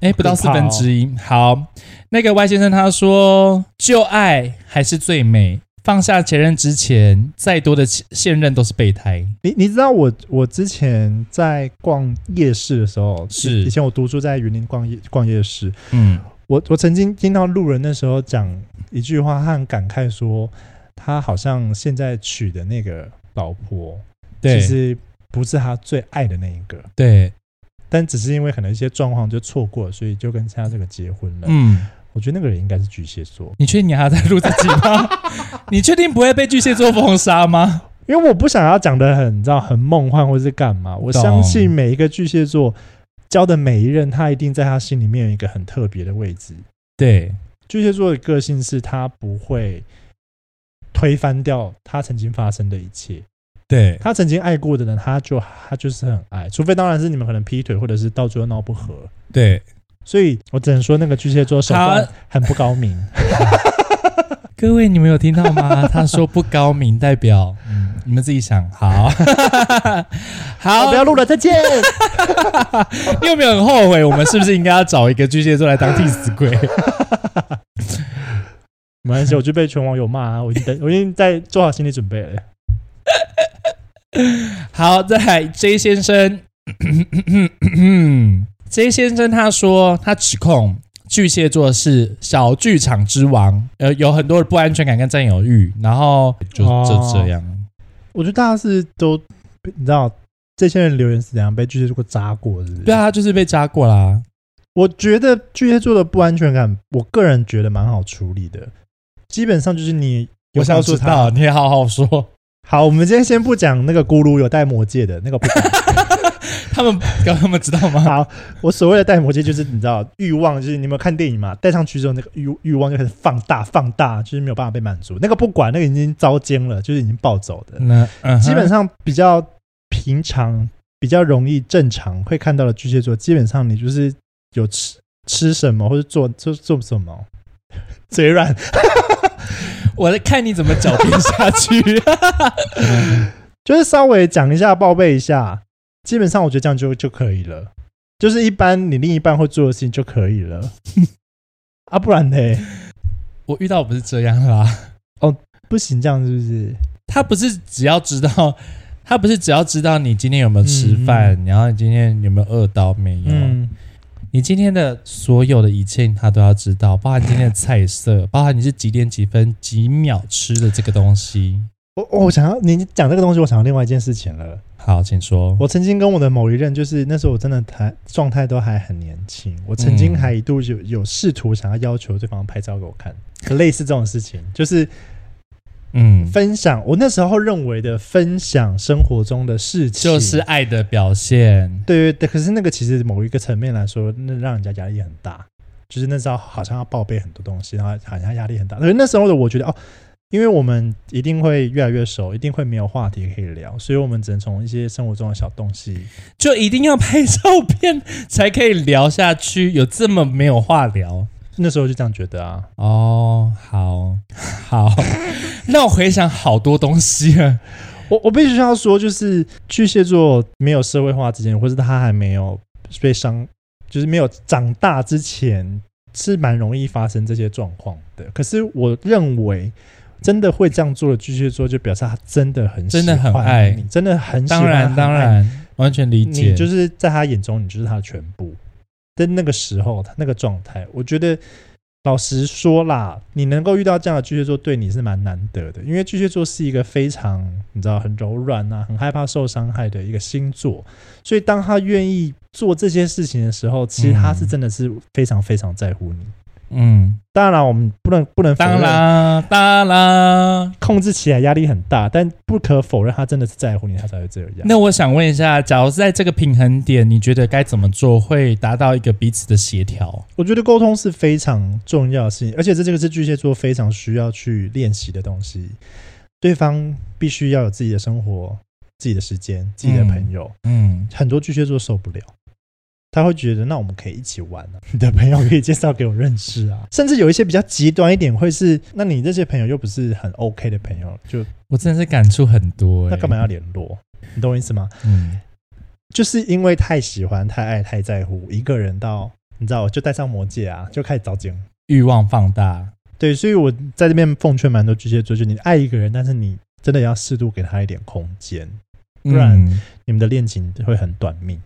A: 哎，不到四分之一。好，那个 Y 先生他说，旧爱还是最美。放下前任之前，再多的现现任都是备胎。
B: 你你知道我我之前在逛夜市的时候，
A: 是
B: 以前我读书在云林逛夜逛夜市，
A: 嗯，
B: 我我曾经听到路人那时候讲一句话，他很感慨说，他好像现在娶的那个老婆，其
A: 对
B: 实不是他最爱的那一个，
A: 对，
B: 但只是因为可能一些状况就错过，所以就跟现在这个结婚了。
A: 嗯，
B: 我觉得那个人应该是巨蟹座，
A: 你确定你还要再录这集 吗？你确定不会被巨蟹座封杀吗？
B: 因为我不想要讲的很，你知道，很梦幻或是干嘛。我
A: 懂
B: 相信每一个巨蟹座交的每一任，他一定在他心里面有一个很特别的位置。
A: 对，
B: 巨蟹座的个性是他不会推翻掉他曾经发生的一切，
A: 对，
B: 他曾经爱过的人，他就他就是很爱，除非当然是你们可能劈腿，或者是到最后闹不和。
A: 对。
B: 所以我只能说，那个巨蟹座手段
A: 好
B: 很不高明。
A: 各位，你们有听到 吗？他说不高明，代表嗯，你们自己想。好， 好
B: 不，要录了，再见。
A: 你有没有很后悔？我们是不是应该要找一个巨蟹座来当替死 鬼？
B: 没关系，我就被全网友骂啊！我已经等，我已经在做好心理准备了。
A: 好，再来 J 先生 ，J 先生他说他指控巨蟹座是小剧场之王，呃，有很多的不安全感跟占有欲，然后就就这样。
B: 我觉得大家是都，你知道，这些人留言是怎样被巨蟹座扎过，是不是？
A: 对啊，他就是被扎过啦。
B: 我觉得巨蟹座的不安全感，我个人觉得蛮好处理的。基本上就是你，
A: 我想知道，。你也好好 说。
B: 好，我们今天先不讲那个咕噜有戴魔戒的那个不管。
A: 他们让他们知道吗？
B: 好，我所谓的戴魔戒就是你知道欲望，就是你有没有看电影嘛？戴上去之后，那个欲欲望就开始放大放大，就是没有办法被满足。那个不管，那个已经遭奸了，就是已经暴走 的。
A: 那、嗯哼
B: 基本上比较平常、比较容易正常会看到的巨蟹座，基本上你就是有吃吃什么或者做做做什么， 嘴软，
A: 我在看你怎么狡辩下 去。
B: 就是稍微讲一下、报备一下，基本上我觉得这样就就可以了，就是一般你另一半会做的事情就可以了。 啊，不然呢？
A: 我遇到不是这样啦，
B: 不行，这样是不是？
A: 他不是只要知道他不是只要知道你今天有没有吃饭，然后你今天有没有饿到没有，
B: 嗯，
A: 你今天的所有的一切他都要知道，包含今天的菜色，包含你是几点几分几秒吃的这个东西。
B: 我我想要你讲这个东西，我想到另外一件事情了。
A: 好，请说。
B: 我曾经跟我的某一任，就是那时候我真的还状态都还很年轻，我曾经
A: 嗯
B: 还一度有有试图想要要求对方拍照给我看，类似这种事情，就是
A: 嗯，
B: 分享。我那时候认为的分享生活中的事情，
A: 就是爱的表现。
B: 对对对。可是那个其实某一个层面来说，那让人家压力很大，就是那时候好像要报备很多东西，然后好像压力很大。可是那时候的我觉得哦。因为我们一定会越来越熟，一定会没有话题可以聊，所以我们只能从一些生活中的小东西
A: 就一定要拍照片才可以聊下去，有这么没有话聊
B: 那时候就这样觉得啊。
A: 哦？好，好， 那我回想好多东西啊，
B: 我我必须要说，就是巨蟹座没有社会化之前，或是他还没有被伤，就是没有长大之前，是蛮容易发生这些状况的。可是我认为，真的会这样做的巨蟹座，就表示他真的很喜
A: 真
B: 欢
A: 的很爱
B: 你，真的很喜欢
A: 当然当，
B: 很爱
A: 然，完全理
B: 你
A: 解，
B: 你就是在他眼中，你就是他的全部。在那个时候，他那个状态，我觉得。老实说啦，你能够遇到这样的巨蟹座，对你是蛮难得的，因为巨蟹座是一个非常你知道很柔软啊，很害怕受伤害的一个星座，所以当他愿意做这些事情的时候，其实他是真的是非常非常在乎你。
A: 嗯，
B: 当然啦，我们不能不能否
A: 当
B: 认，
A: 啦当啦。
B: 控制起来压力很大，但不可否认，他真的是在乎你，他才会这样。
A: 那我想问一下，假如在这个平衡点，你觉得该怎么做会达到一个彼此的协调？
B: 我觉得沟通是非常重要的事情，而且这这个是巨蟹座非常需要去练习的东西。对方必须要有自己的生活、自己的时间、自己的朋友。
A: 嗯，
B: 很多巨蟹座受不了，他会觉得那我们可以一起玩啊，你的朋友可以介绍给我认识啊。甚至有一些比较极端一点，会是那你这些朋友又不是很 OK 的朋友，就
A: 我真的是感触很多、欸。
B: 那干嘛要？联络？你懂我意思吗？
A: 嗯，
B: 就是因为太喜欢、太爱、太在乎一个人到。你知道，就戴上魔戒啊，就开始找景
A: 欲望放大。
B: 对，所以我在这边奉劝蛮多巨蟹座，就你爱一个人，但是你真的要适度给他一点空间，不然
A: 嗯
B: 你们的恋情会很短命。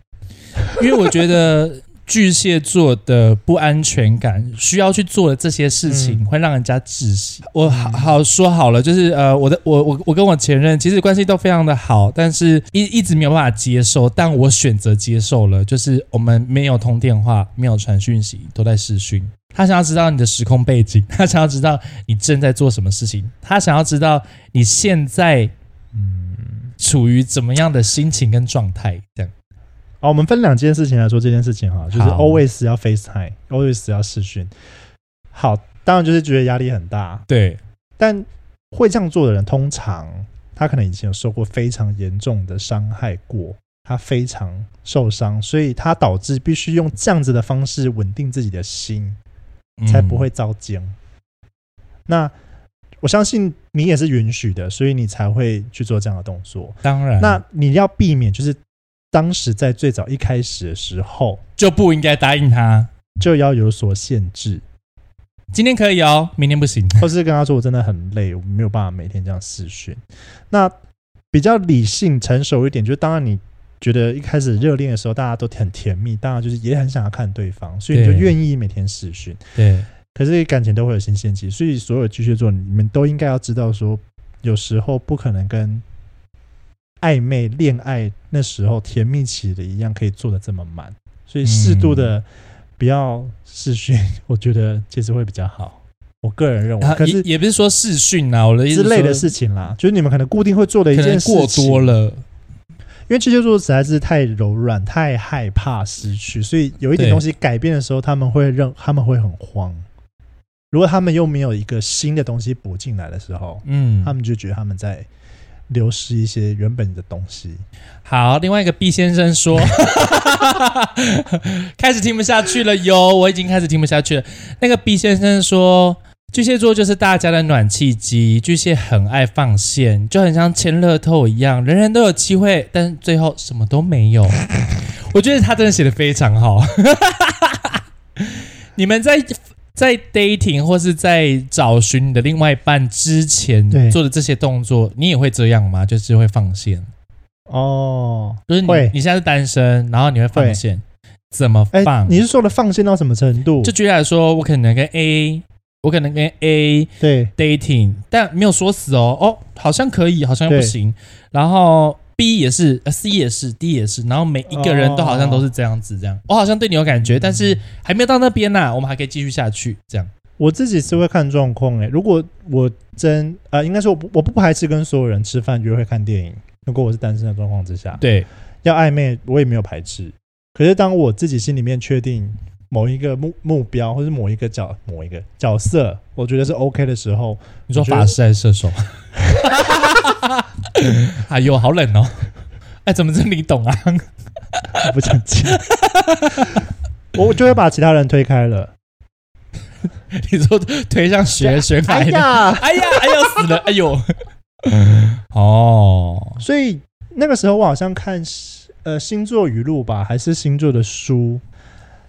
A: 因为我觉得巨蟹座的不安全感需要去做的这些事情，
B: 嗯
A: 会让人家窒息。嗯我好好说好了，就是呃，我的我我我跟我前任其实关系都非常的好，但是一一直没有办法接受，但我选择接受了，就是我们没有通电话，没有传讯息，都在视讯。他想要知道你的时空背景， 他想要知道你正在做什么事情，他想要知道你现在
B: 嗯，
A: 处于怎么样的心情跟状态，这样。
B: 好，我们分两件事情来说这件事情哈，就是
A: 好
B: always 要 FaceTime，always 要视讯。好，当然就是觉得压力很大，
A: 对，
B: 但会这样做的人，通常他可能以前有受过非常严重的伤害过，他非常受伤，所以他导致必须用这样子的方式稳定自己的心。才不
A: 嗯
B: 会遭奸。那我相信你也是允许的，所以你才会去做这样的动作。
A: 当然，
B: 那你要避免，就是当时在最早一开始的时候
A: 就不应该答应他。
B: 就要有所限制，
A: 今天可以哦，明天不行。
B: 或是跟他说我真的很累，我没有办法每天这样试训。那比较理性成熟一点，就是当然你。觉得一开始热恋的时候，大家都很甜蜜，当然就是也很想要看对方，所以你就
A: 对
B: 愿意每天试训。
A: 对，
B: 可是感情都会有新鲜期，所以所有巨蟹座你们都应该要知道说，有时候不可能跟暧昧、恋爱那时候甜蜜期的一样，可以做的这么满，所以适度的不要试训，我觉得其实会比较好。我个人认为，
A: 然后
B: 可
A: 啊也
B: 是
A: 也不是说视讯啊，我的意思
B: 之
A: 是
B: 类的
A: 说
B: 事情啦，就是你们可能固定会做的一
A: 可
B: 件
A: 能
B: 事
A: 过
B: 情
A: 多了。
B: 因为巨蟹座实在是太柔软、太害怕失去，所以有一点
A: 对
B: 东西改变的时候，他们会让他们会很慌。如果他们又没有一个新的东西补进来的时候，
A: 嗯
B: 他，们就觉得他们在流失一些原本的东西。
A: 好，另外一个 B 先生说， 开始听不下去了哟，我已经开始听不下去了。那个 B 先生说。巨蟹座就是大家的暖气机，巨蟹很爱放线，就很像签乐透一样，人人都有机会，但是最后什么都没有。我觉得他真的写的非常好。 你们在在 dating 或是在找寻你的另外一半之前
B: 对
A: 做的这些动作，你也会这样吗？就是会放线？
B: 哦，
A: 就是你
B: 会
A: 你现在是单身，然后你会放
B: 会
A: 线，怎么
B: 哎、
A: 放？
B: 你是说的放线到什么程度？
A: 就举例来说，我可能跟 A，我可能跟 A
B: 对
A: dating，但没有说死哦，哦，好像可以，好像又不
B: 对
A: 行。然后 B 也是、呃、，C 也是，D 也是，然后每一个人都好像都是这样子，这样。我好像对你有感觉，但
B: 嗯
A: 是还没有到那边呐、我们还可以继续下去，这样。
B: 我自己是会看状况诶。如果我真呃，应该说我不我不排斥跟所有人吃饭、约会、看电影。如果我是单身的状况之下，
A: 对，
B: 要暧昧，我也没有排斥。可是当我自己心里面确定某一个目目标，或是某一个角某一个角色，我觉得是 OK 的时候，
A: 你说
B: 我觉得
A: 法师还是射手？ 哎呦，好冷哦！ 哎，怎么这你懂啊？
B: 我不想接， 我就会把其他人推开了。
A: 你说推向学学海的？
B: 呀，
A: 哎呀，哎呦，死了！哎呦，哦，
B: 所以那个时候我好像看呃星座语录吧，还是星座的书，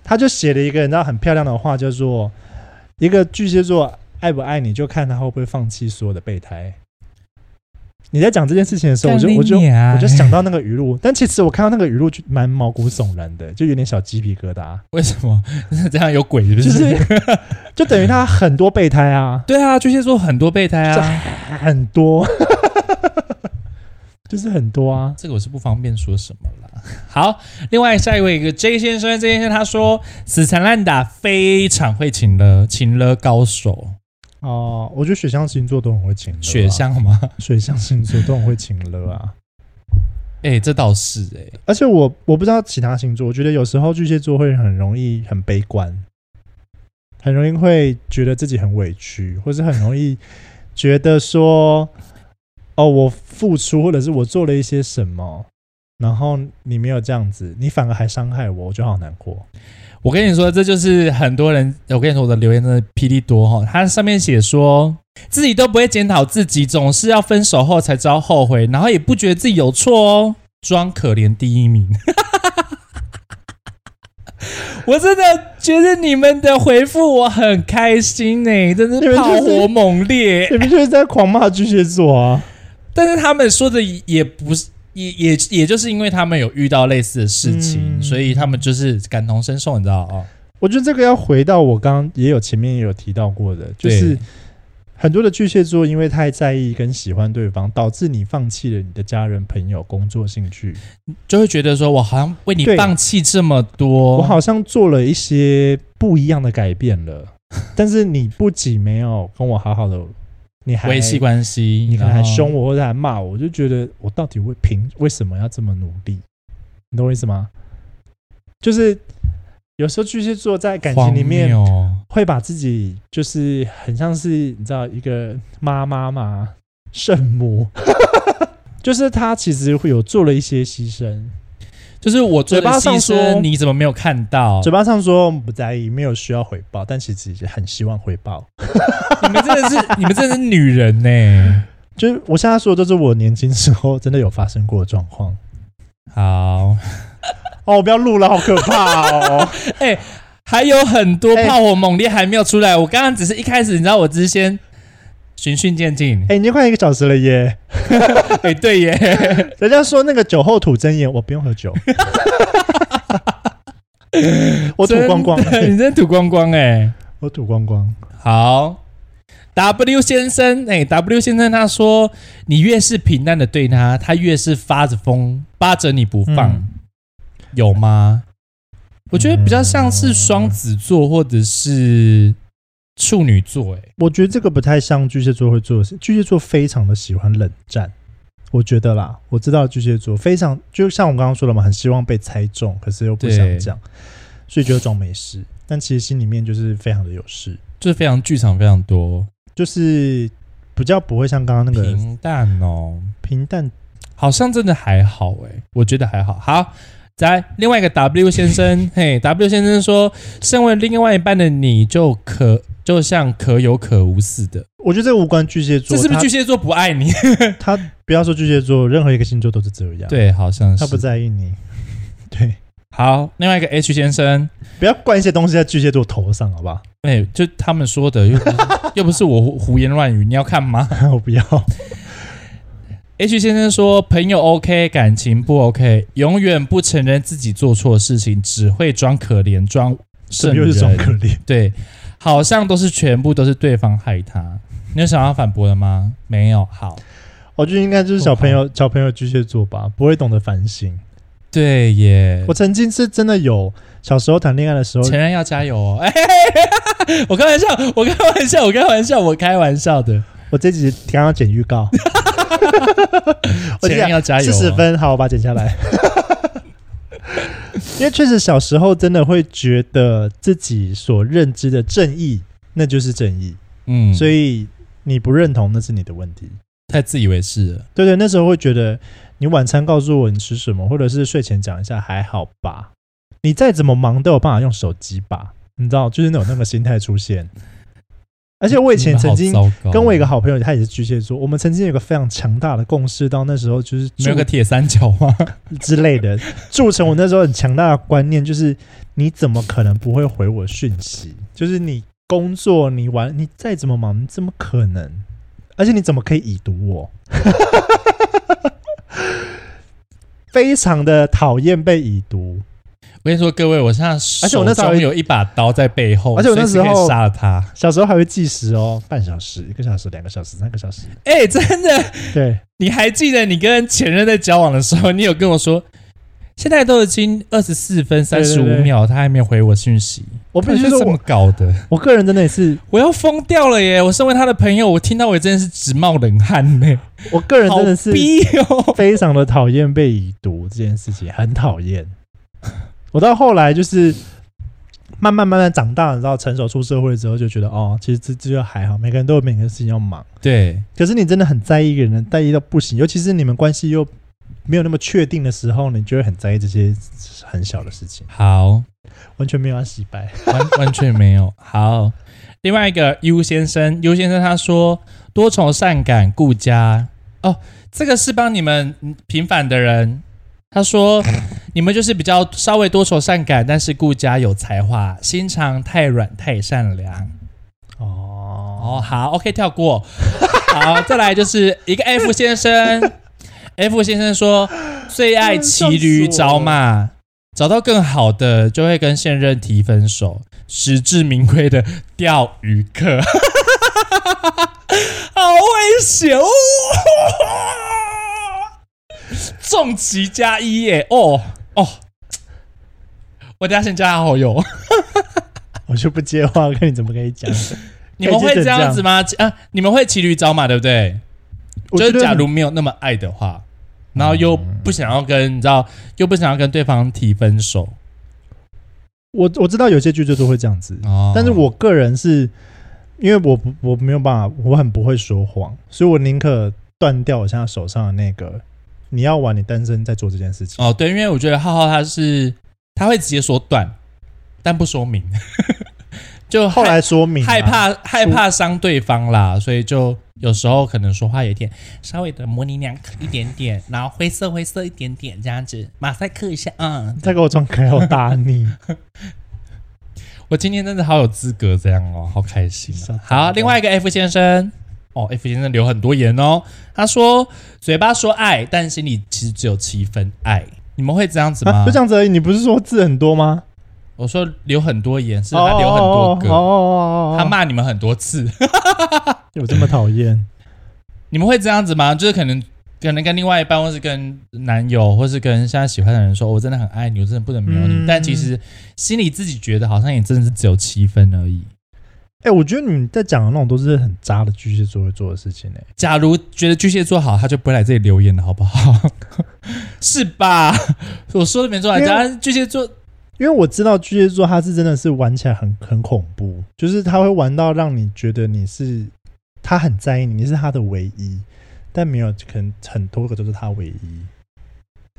B: 他就写了一个你知道很漂亮的话，叫做一个巨蟹座爱不爱你，就看他会不会放弃所有的备胎。你在讲这件事情的时候，我就我就我
A: 我
B: 就想到那个语录，但其实我看到那个语录就蛮毛骨悚然的，就有点小鸡皮疙瘩，
A: 为什么 这样有鬼？是不？
B: 就是是就等于他很多备胎啊，
A: 对啊，巨蟹座很多备胎
B: 这
A: 啊，
B: 很多， 就是很多啊。
A: 这个我是不方便说什么啦。好，另外下一位一个 J 先生，J 先生他说死缠烂打非常会请了，请了高手，
B: 哦、我觉得水象星座都很会请了啊、
A: 雪象吗？
B: 水象星座都很会请了啊。
A: 哎、这倒是哎、
B: 而且我我不知道其他星座，我觉得有时候巨蟹座会很容易很悲观，很容易会觉得自己很委屈，或是很容易觉得说，哦，我付出或者是我做了一些什么，然后你没有这样子，你反而还伤害我，我就好难过。
A: 我跟你说，这就是很多人。我跟你说，我的留言真的霹雳多哈、它上面写说，自己都不会检讨自己，总是要分手后才知道后悔，然后也不觉得自己有错哦，装可怜第一名。 我真的觉得你们的回复我很开心呢、真
B: 你
A: 是
B: 们
A: 炮
B: 就是
A: 火猛烈。
B: 你们就是在狂骂巨蟹座啊！
A: 但是他们说的也不是，也也也就是因为他们有遇到类似的事情，
B: 嗯
A: 所以他们就是感同身受，你知道哦。
B: 我觉得这个要回到我刚刚也有前面也有提到过的，就是
A: 对
B: 很多的巨蟹座因为太在意跟喜欢对方，导致你放弃了你的家人、朋友、工作、兴趣。
A: 就会觉得说，我好像为你
B: 对
A: 放弃这么多，
B: 我好像做了一些不一样的改变 了，但是你不仅没有跟我好好的，你还
A: 维系关系，
B: 你可能还
A: 然后
B: 凶我或者还骂我，我就觉得我到底为凭为什么要这么努力？你懂我意思吗？就是有时候巨蟹座在感情里面
A: 荒谬
B: 会把自己就是很像是你知道一个妈妈嘛，圣 母，就是她其实会有做了一些牺牲，
A: 就是我做的
B: 嘴巴上
A: 牺牲
B: 说
A: 你怎么没有看到？
B: 嘴巴上说不在意，没有需要回报，但其实很希望回报。
A: 你们真的是， 你们真的是女人呢、
B: 就是我现在说的都是我年轻时候真的有发生过的状况。
A: 好，
B: 哦，我不要录了，好可怕 哦！
A: 还有很多
B: 哎
A: 炮火猛烈还没有出来。我刚刚只是一开始，你知道，我只是先循序渐进。
B: 哎、已经快一个小时了耶。
A: 哎、对耶，
B: 人家说那个酒后吐真言，我不用喝 酒，我吐光光，
A: 真的你真的吐光光哎、
B: 我吐光光。
A: 好，W 先生，哎、w 先生他说，你越是平淡的对他，他越是发着疯扒着你不放，
B: 嗯
A: 有吗？我觉得比较像是双子座或者是处女座、哎，
B: 我觉得这个不太像巨蟹座会做的事。巨蟹座非常的喜欢冷战，我觉得啦，我知道巨蟹座非常就像我刚刚说的嘛，很希望被猜中，可是又不想
A: 对
B: 讲，所以就装没事，但其实心里面就是非常的有事，
A: 就是非常剧场非常多，
B: 就是比较不会像刚刚那个
A: 平淡哦，
B: 平淡。
A: 好像真的还好、哎，我觉得还好，好。再来另外一个 W 先生，嘿，W 先生说，身为另外一半的你就可就像可有可无似的，
B: 我觉得这个无关巨蟹座，
A: 这是不是巨蟹座不爱你？
B: 他？他不要说巨蟹座，任何一个星座都是这 样，，
A: 对，好像
B: 他不在意你， 对，
A: 好，另外一个 H 先生，
B: 不要灌一些东西在巨蟹座头上，好 吧？
A: 哎、就他们 说的，又不是又不是我胡胡言乱语，你要看吗
B: 我不要。
A: H 先生说，朋友 OK，感情不 OK，永远不承认自己做错事情，只会装可怜，装
B: 这
A: 圣
B: 又
A: 人
B: 是。种可怜。
A: 对，好像都是全部都是对方害他。你有想要反驳的吗？没有。好，
B: 我觉得应该哦就是小朋友，小朋友巨蟹座吧，不会懂得反省。
A: 对耶
B: 我，曾经是真的有小时候谈恋爱的时候，
A: 前任要加油哦。 哎、我开玩笑，我开玩笑，我开玩笑，我开玩笑的。
B: 我这集刚刚剪 预告，我
A: 前任要加油、啊
B: 四十。分，好，我把它剪下来。 因为确实小时候真的会觉得自己所认知的正义，那就是正义，
A: 嗯，
B: 所
A: 以
B: 以你不认同那是你的问题。
A: 太自以为是了。
B: 对对，那时候会觉得你晚餐告诉我你吃什么，或者是睡前讲一下还好吧。你再怎么忙都有办法用手机吧，你知道，就是那种那个心态出现。而且我以前曾
A: 嗯
B: 经
A: 你们好糟糕
B: 跟我一个好朋友，他也是巨蟹座，我们曾经有个非常强大的共识，到那时候就是
A: 没有
B: 住
A: 个铁三角 吗？
B: 之类的，铸成我那时候很强大的观念，就是你怎么可能不会回我讯息？就是你工作，你玩，你再怎么忙，你怎么可能？而且你怎么可以已读我？ 非常的讨厌被已读，
A: 我跟你说，各位，我现在手
B: 而且我那时候还
A: 中有一把刀在背后，
B: 而且我那
A: 随时可以
B: 时候
A: 杀了他。
B: 小时候还会计时哦，半小时、一个小时、两个小时、三个小时。
A: 哎、真的，
B: 对，
A: 你还记得你跟前任在交往的时候，你有跟我说，现在都已经二十四分三
B: 对对
A: 十五
B: 对
A: 秒，他还没有回我讯息，
B: 我必须
A: 他
B: 说
A: 是这
B: 我，
A: 么
B: 我
A: 搞的，
B: 个人真的也是，
A: 我要疯掉了耶！我身为他的朋友，我听到我真的是直冒冷汗呢，
B: 我个人
A: 好
B: 真的是
A: 逼 哦。
B: 非常的讨厌被已读这件事情，很讨厌。我到后来就是慢慢慢慢长大，你知道，成熟出社会之后，就觉得哦，其实这这就还好，每个人都有每个人事情要忙。
A: 对，
B: 可是你真的很在意一个人，在意到不行，尤其是你们关系又没有那么确定的时候，你就会很在意这些很小的事情，
A: 好，
B: 完全没有要洗白。
A: 完完全没有。好，另外一个 U 先生，U 先生他说多愁善感顾家哦，这个是帮你们嗯平凡的人。他说你们就是比较稍微多愁善感，但是顾家有才华，心肠太软太善良。
B: 哦，
A: 哦，好，OK，跳过。好，再来就是一个 F 先生 ，F 先生说最爱骑驴找马，找到更好的就会跟现任提分手，实至名归的钓鱼客， 好危险哦！重疾加一耶，哦哦，我等一下先加他好友。
B: 我就不接话，看你怎么可以讲。
A: 你们会这样子吗？啊，你们会骑驴找马，对不对？
B: 我
A: 就
B: 觉
A: 是
B: 得
A: 假如没有那么爱的话，然后又不想要跟你知道，又不想要跟对方提分手
B: 我我知道有些剧作都会这样子，
A: 哦
B: 但是我个人是因为我不我没有办法，我很不会说谎，所以我宁可断掉我现在手上的那个。你要玩，你单身在做这件事情。
A: 哦，对，因为我觉得浩浩他是他会直接说断，但不说明， 就害
B: 后来说明啊
A: 害，怕害怕伤对方啦，所以就有时候可能说话有点稍微的模棱两可一点点，然后灰色灰色一点点这样子，马赛克一下，嗯，
B: 再给我装可爱，我打你。
A: 我今天真的好有资格这样哦，好开心
B: 是
A: 啊
B: 啊！
A: 好，另外一个 F 先生，哦，F 先生留很多言哦。他说，嘴巴说爱，但心里其实只有七分爱。你们会这样子吗？
B: 啊，就这样子而已。你不是说字很多吗？
A: 我说留很多言，是
B: 哦
A: 他留很多
B: 哦
A: 个，
B: 哦哦哦哦
A: 他骂你们很多次。
B: 有这么讨厌？
A: 你们会这样子吗？就是可能。可能跟另外一半，或是跟男友，或是跟现在喜欢的人说，哦我真的很爱你，我真的不能没有你。
B: 嗯
A: 但其实心里自己觉得，好像也真的是只有七分而已。
B: 哎、我觉得你在讲的那种都是很渣的巨蟹座会做的事情哎、
A: 假如觉得巨蟹座好，他就不会来这里留言了，好不好？ 是吧？我说的没错啊，
B: 因为
A: 假如巨蟹座
B: 因为我知道巨蟹座他是真的是玩起来很很恐怖，就是他会玩到让你觉得你是他很在意你，你是他的唯一，但没有可能很多个都是他唯一，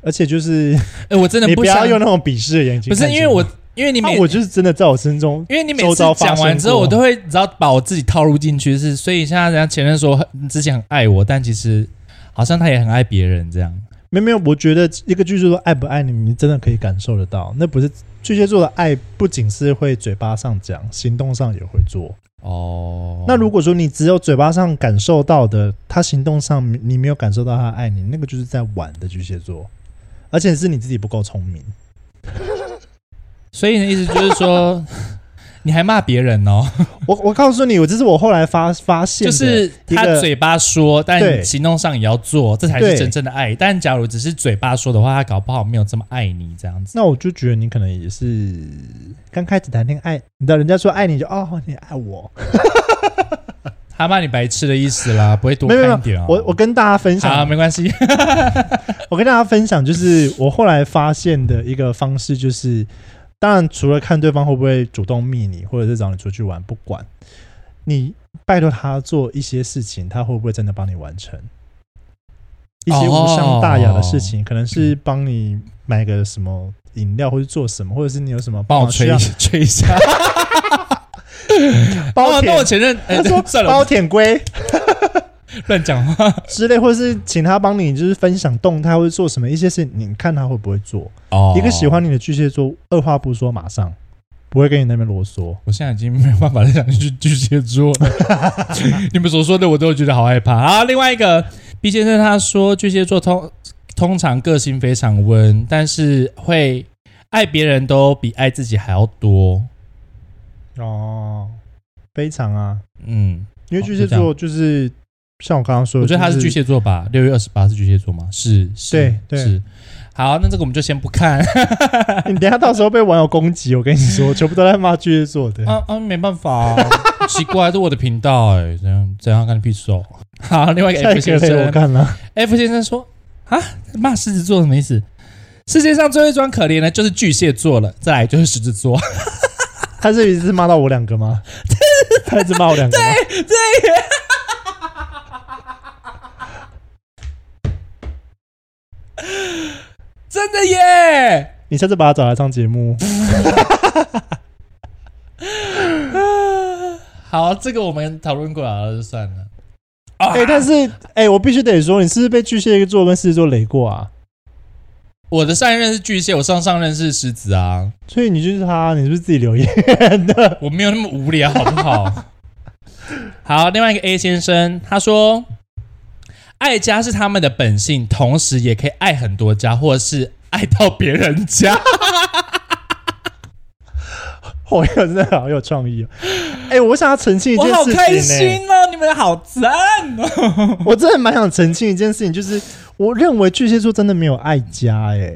B: 而且就是
A: 哎、我真的
B: 你
A: 不
B: 不
A: 想
B: 要用那种鄙视的眼睛
A: 不
B: 看着，
A: 是因为我，因为你
B: 啊
A: 每、
B: 我就是真的在我心中
A: 因为你每
B: 周
A: 次
B: 遭发
A: 讲
B: 生
A: 完之后，
B: 过
A: 我都会你知道把我自己套入进去是，所以现在人家前任说很之前很爱我，但其实好像他也很爱别人这样。
B: 没有没有，我觉得一个巨蟹座爱不爱你，你真的可以感受得到。那不是巨蟹座的爱，不仅是会嘴巴上讲，行动上也会做。
A: 哦，
B: 那如果说你只有嘴巴上感受到的，他行动上你没有感受到他爱你，那个就是在玩的巨蟹座，而且是你自己不够聪明。
A: 所以你的意思就是说， 你还骂别人哦，
B: 我我告诉你，我这是我后来发发
A: 就
B: 现的，
A: 是他嘴巴说，但
B: 对
A: 行动上也要做，这才是
B: 对
A: 真正的爱。但假如只是嘴巴说的话，他搞不好没有这么爱你这样子。
B: 那我就觉得你可能也是刚开始谈恋爱，你知道人家说爱你就哦，你爱我。
A: 他骂你白痴的意思啦，不会多
B: 没有没有
A: 看一点啊。
B: 我我跟大家分享，
A: 好，没关系。
B: 我跟大家分享，就是我后来发现的一个方式，就是当然除了看对方会不会主动密你，或者是找你出去玩，不管你拜托他做一些事情，他会不会真的帮你完成？一些无伤大雅的事情，
A: 哦
B: 可能是帮你买个什么饮料，或者做什么，或者是你有什么
A: 帮我
B: 忙
A: 吹
B: 需要
A: 一下吹一 下。
B: 包
A: 哦，那我承
B: 舔，
A: 认，哎
B: 他说
A: 算了，
B: 包舔龟，
A: 乱讲话。
B: 之类，或者是请他帮你就是分享动态或者做什么一些事，你看他会不会做？
A: 哦
B: 一个喜，欢你的巨蟹座，二话不说马上，不会跟你那边啰嗦。
A: 我现在已经没有办法再想去 巨蟹座了。 你们所说的我都觉得好害怕。啊，另外一个 B 先生他说，巨蟹座通通常个性非常温，但是会爱别人都比爱自己还要多。
B: 哦，非常啊，
A: 嗯，
B: 因为巨蟹座就是、像我刚刚说的，
A: 我觉得他是巨
B: 就，
A: 蟹座吧，六月二十八是巨蟹座吗？是，是
B: 对对
A: 是。好，那这个我们就先不 看。
B: 你等一下到时候被网友攻击，我跟你 说， 全部都在骂巨蟹座的。
A: 啊啊，没办法、啊，奇怪，这是我的频道哎、怎样怎样干你屁事哦。好，另外一个
B: 下
A: F
B: 一个
A: 先
B: 类我
A: 生
B: 看了，
A: ，F 先生说啊，骂狮子座什么意思？世界上最会装可怜的就是巨蟹座了，再来就是狮子座。
B: 他这一次骂到我两个吗？他一直骂我两个吗？
A: 真的耶！
B: 你下次把他找来上节目，
A: 啊好，这个我们讨论过了，就算了。啊
B: 哎、但是哎、我必须得说，你是不是被巨蟹座跟狮子座雷过啊？
A: 我的上一任是巨蟹，我上上任是狮子啊，
B: 所以你就是他，你是不是自己留言？
A: 我没有那么无聊，好不好？好，另外一个 A 先生他说，爱家是他们的本性，同时也可以爱很多家，或是爱到别人家。
B: 我有真的好有创意、哦。哎、我想要澄 清一件
A: 我
B: 事
A: 好
B: 情、欸
A: 开心哦，你们好赞哦！
B: 我真的蛮想澄清一件事情，就是我认为巨蟹座真的没有爱家、哎、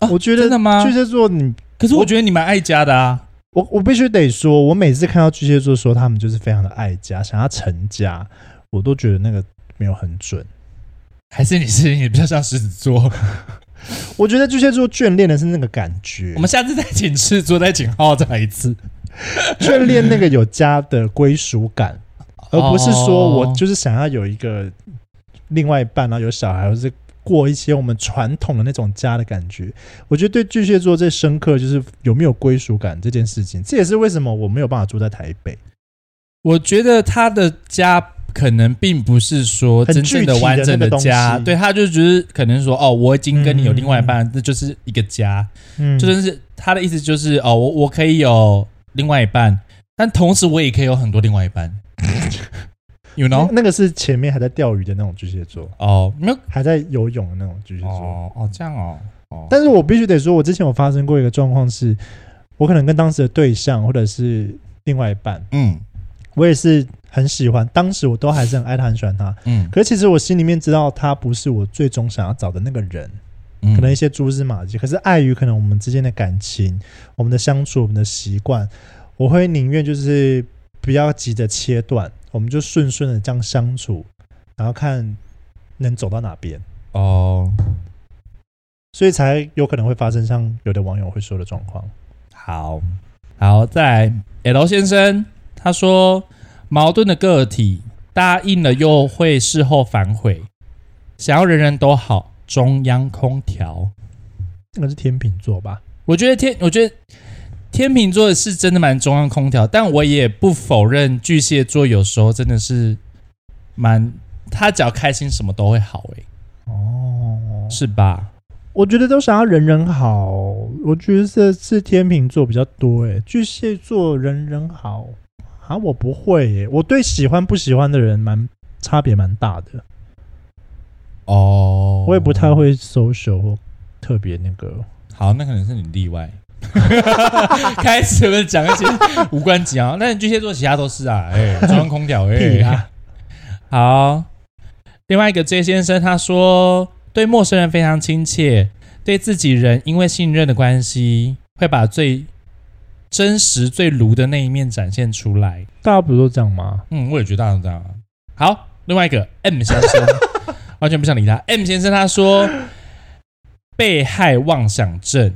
A: 啊
B: 我觉得
A: 真的吗
B: 巨蟹座你，
A: 可是我觉得你蛮爱家的啊。
B: 我我必须得说，我每次看到巨蟹座说他们就是非常的爱家，想要成家，我都觉得那个没有很准。
A: 还是你是你比较像狮子座，
B: 我觉得巨蟹座眷恋的是那个感觉，
A: 我们下次再请狮子座，再请浩再来一次，
B: 眷恋那个有家的归属感，而不是说我就是想要有一个另外一半，然后有小孩，或是过一些我们传统的那种家的感觉。我觉得对巨蟹座最深刻就是有没有归属感这件事情，这也是为什么我没有办法住在台北。
A: 我觉得他的家可能并不是说真正完整家，
B: 很具体的那个东西
A: 对，他就觉得可能说哦，我已经跟你有另外一半，这就是一个家，
B: 嗯，
A: 就真是他的意思就是哦，我我可以有另外一半，但同时我也可以有很多另外一半，you
B: 那
A: know？
B: 那个是前面还在钓鱼的那种巨蟹座，
A: 哦，没有
B: 还在游泳的那种巨蟹座。
A: 哦哦这样哦哦，
B: 但是我必须得说，我之前有发生过一个状况是，我可能跟当时的对象或者是另外一半，
A: 嗯
B: 我也是很喜欢，当时我都还是很爱他，很喜欢他。
A: 嗯，
B: 可是其实我心里面知道他不是我最终想要找的那个人，可
A: 可
B: 能一些蛛丝马迹。可是碍于可能我们之间的感情、我们的相处、我们的习惯，我会宁愿就是不要急着切断，我们就顺顺的这样相处，然后看能走到哪边，
A: 哦
B: 所以才有可能会发生像有的网友会说的状况。
A: 好，好，再来 L 先生，他说矛盾的个体，答应了又会事后反悔，想要人人都好，中央空调。
B: 那个是天秤座吧？
A: 我觉得天，我觉得天秤座是真的蛮中央空调，但我也不否认巨蟹座有时候真的是蛮，他只要开心什么都会好、欸。
B: 哦，
A: 是吧？
B: 我觉得都想要人人好，我觉得这是天秤座比较多诶，巨蟹座人人好啊，我不会耶，我对喜欢不喜欢的人蛮差别蛮大的，
A: 哦，
B: 我也不太。会 social 或特别那个，
A: 好，那可能是你例外。 开始不是讲一些无关紧要，那你巨蟹座其他都是啊，哎、中央空调，哎、
B: 屁啊
A: 好，另外一个 J 先生他说，对陌生人非常亲切，对自己人因为信任的关系，会把最真实、最卢的那一面展现出来。
B: 大家不都这样吗？
A: 嗯，我也觉得大家都这样啊。好，另外一个 M 先生完全不想理他。M 先生他说，被害妄想症，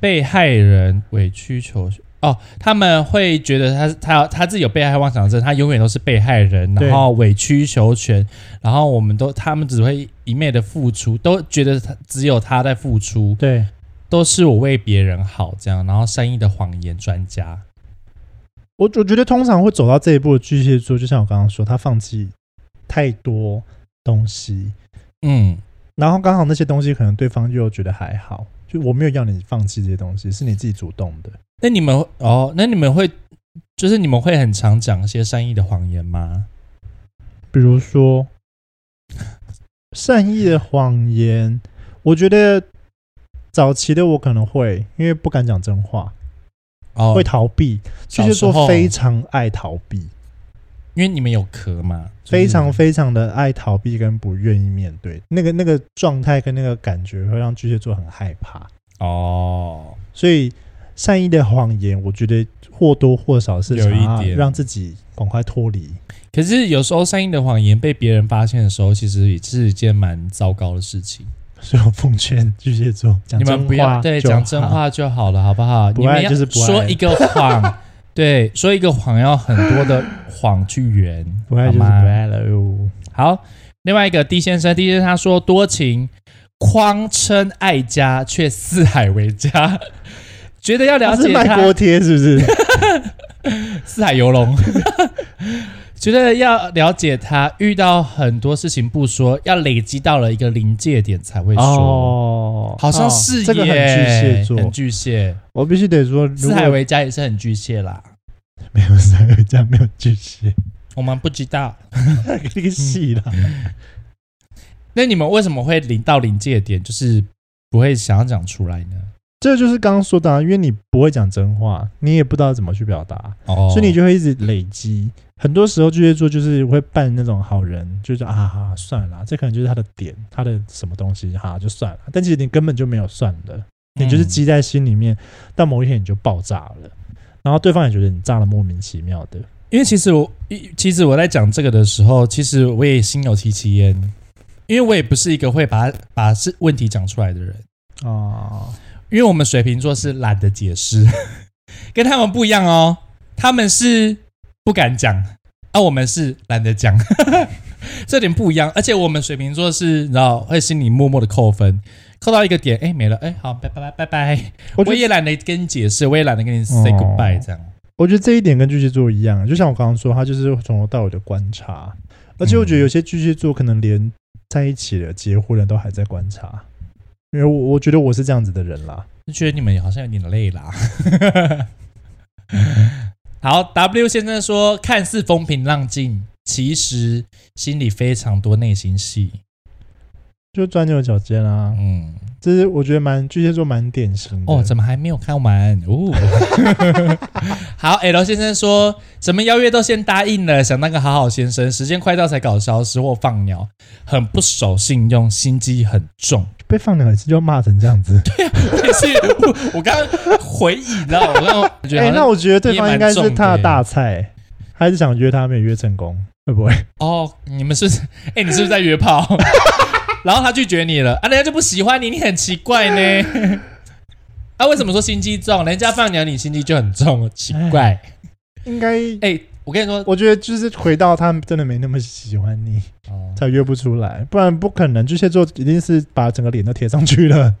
A: 被害人委曲求全。哦，他们会觉得他他他自己有被害妄想症，他永远都是被害人，
B: 对
A: 然后委曲求全，然后我们都他们只会一昧的付出，都觉得他只有他在付出，
B: 对，
A: 都是我为别人好这样，然后善意的谎言专家。
B: 我我觉得通常会走到这一步的巨蟹座，就像我刚刚说，他放弃太多东西，
A: 嗯，
B: 然后刚好那些东西可能对方又觉得还好，就我没有要你放弃这些东西，是你自己主动的。
A: 那你们哦，那你们会就是你们会很常讲一些善意的谎言吗？
B: 比如说善意的谎言，我觉得早期的我可能会，因为不敢讲真话，
A: 哦
B: 会，逃避。巨蟹
A: 小时候嗯
B: 座非常爱逃避，
A: 因为你们有壳嘛，就是
B: 非常非常的爱逃避跟不愿意面对，那个那个状态跟那个感觉会让巨蟹座很害怕，
A: 哦，
B: 所以。善意的谎言，我觉得或多或少是
A: 有一
B: 想要
A: 点
B: 让自己赶快脱离。
A: 可是有时候善意的谎言被别人发现的时候，其实也是一件蛮糟糕的事情。
B: 所以我奉劝巨蟹座讲
A: 你
B: 真话，
A: 们不要对讲真，话就好了，好不好？
B: 不
A: 你们
B: 爱
A: 要
B: 就是不爱
A: 说一个 谎，对，说一个谎要很多的谎去圆，
B: 不爱
A: 好
B: 就是不
A: 吗
B: 爱了哟。
A: 好，另外一个 D 先生，D 先生他说多情，狂称爱家，却四海为家，觉得要了
B: 他是
A: 解
B: 卖锅
A: 他
B: 贴是不是？
A: 四海游龙， 觉得要了解他，遇到很多事情不说，要累积到了一个临界点才会说。
B: 哦
A: 好像是耶、
B: 这个很巨蟹座，
A: 很巨蟹。
B: 我必须得说，如
A: 四
B: 果
A: 海为家也是很巨蟹啦。
B: 没有四海为家，没有巨 蟹，嗯
A: 我们不知道，
B: 这个戏啦。
A: 那你们为什么会临到临界点，就是不会想要讲出来呢？
B: 这就是刚刚说的、啊，因为你不会讲真话，你也不知道怎么去表达，
A: 哦
B: 所以你就会一直累积。很多时候巨蟹座就是会扮那种好人，就是啊啊算了啦，这可能就是他的点，他的什么东西哈、啊、就算了。但其实你根本就没有算的，你
A: 嗯
B: 就是积在心里面，到某一天你就爆炸了，然后对方也觉得你炸了莫名其妙的。
A: 因为其实我，一其实我在讲这个的时候，其实我也心有戚戚焉，因为我也不是一个会把把是问题讲出来的人，
B: 哦，
A: 因为我们水瓶座是懒得解释， 跟他们不一样哦，他们是不敢讲，而、我们是懒得讲， 这点不一样。而且我们水瓶座是，你知道，会心里默默的扣分，扣到一个点，哎，没了，哎，好，拜拜拜拜拜，
B: 我觉
A: 我
B: 得
A: 也懒得跟你解释，我也懒得跟你 say
B: 哦
A: goodbye，、这样，
B: 我觉得这一点跟巨蟹座一样，啊就像我刚刚说，他就是从头到尾的观察，而且我
A: 嗯
B: 觉得有些巨蟹座可能连在一起了、结婚了都还在观察，因为我我觉得我是这样子的人啦。
A: 就觉得你们好像有点累啦。 好，W 先生说，看似风平浪静，其实心里非常多内心戏。
B: 就钻牛角尖啊，
A: 嗯，
B: 这是我觉得蛮巨蟹座蛮典型的
A: 哦，怎么还没有看完？哦， 好，L 先生说，什么邀约都先答应了，想当个好好先生，时间快到才搞消失或放鸟，很不守信用，心机很 重。
B: 被放两次就骂成这 样子。
A: 但是我我刚刚回忆，你知道，我刚刚觉得
B: 哎、
A: 好像
B: 那我觉得对方应该是
A: 啊
B: 他
A: 你也蛮重的耶欸
B: 的大菜，还是想约他没有约成功，会不会？
A: 哦，你们是不是？哎、你是不是在约炮？ 然后他拒绝你了，啊，人家就不喜欢你，你很奇怪呢。 啊，为什么说心机重？人家放鸟，你心机就很重，奇怪。
B: 应该，
A: 哎、我跟你说，
B: 我觉得就是回到他真的没那么喜欢你，
A: 哦
B: 才约不出来，不然不可能。巨蟹座一定是把整个脸都贴上去了。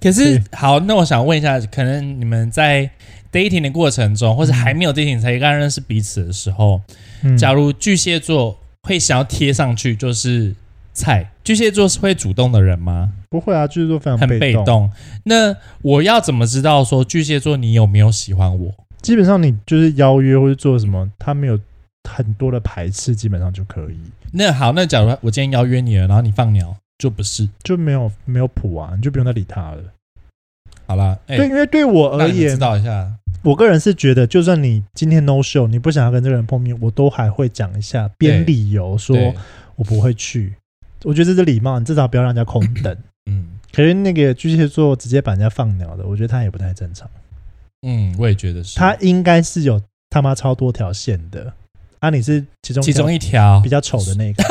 A: 可是
B: 对
A: 好，那我想问一下，可能你们在 dating 的过程中，或是还没有 dating 才刚认识彼此的时候，
B: 嗯
A: 假如巨蟹座会想要贴上去，就是菜。巨蟹座是会主动的人吗？
B: 不会啊，巨蟹座非常
A: 很被
B: 动。
A: 动。那我要怎么知道说巨蟹座你有没有喜欢我？
B: 基本上你就是邀约或者做什么，他没有很多的排斥，基本上就可以，
A: 那好，那假如我今天邀约你了，然后你放鸟，就不是
B: 就没有没有谱啊，你就不用再理他了。
A: 好啦。哎、
B: 对，因为对我
A: 让你
B: 而
A: 们
B: 言
A: 知，道一下，
B: 我个人是觉得，就算你今天 no show，你不想要跟这个人碰面，我都还会讲一下，编
A: 对
B: 理由说
A: 对，
B: 我不会去。我觉得这是礼貌，你至少不要让人家空 等。
A: 嗯
B: 可是那个巨蟹座直接把人家放鸟的，我觉得他也不太正常。
A: 嗯，我也觉得是。
B: 他应该是有他妈超多条线的，啊，你是其中
A: 其中
B: 一
A: 一条
B: 条比，较丑的 那个，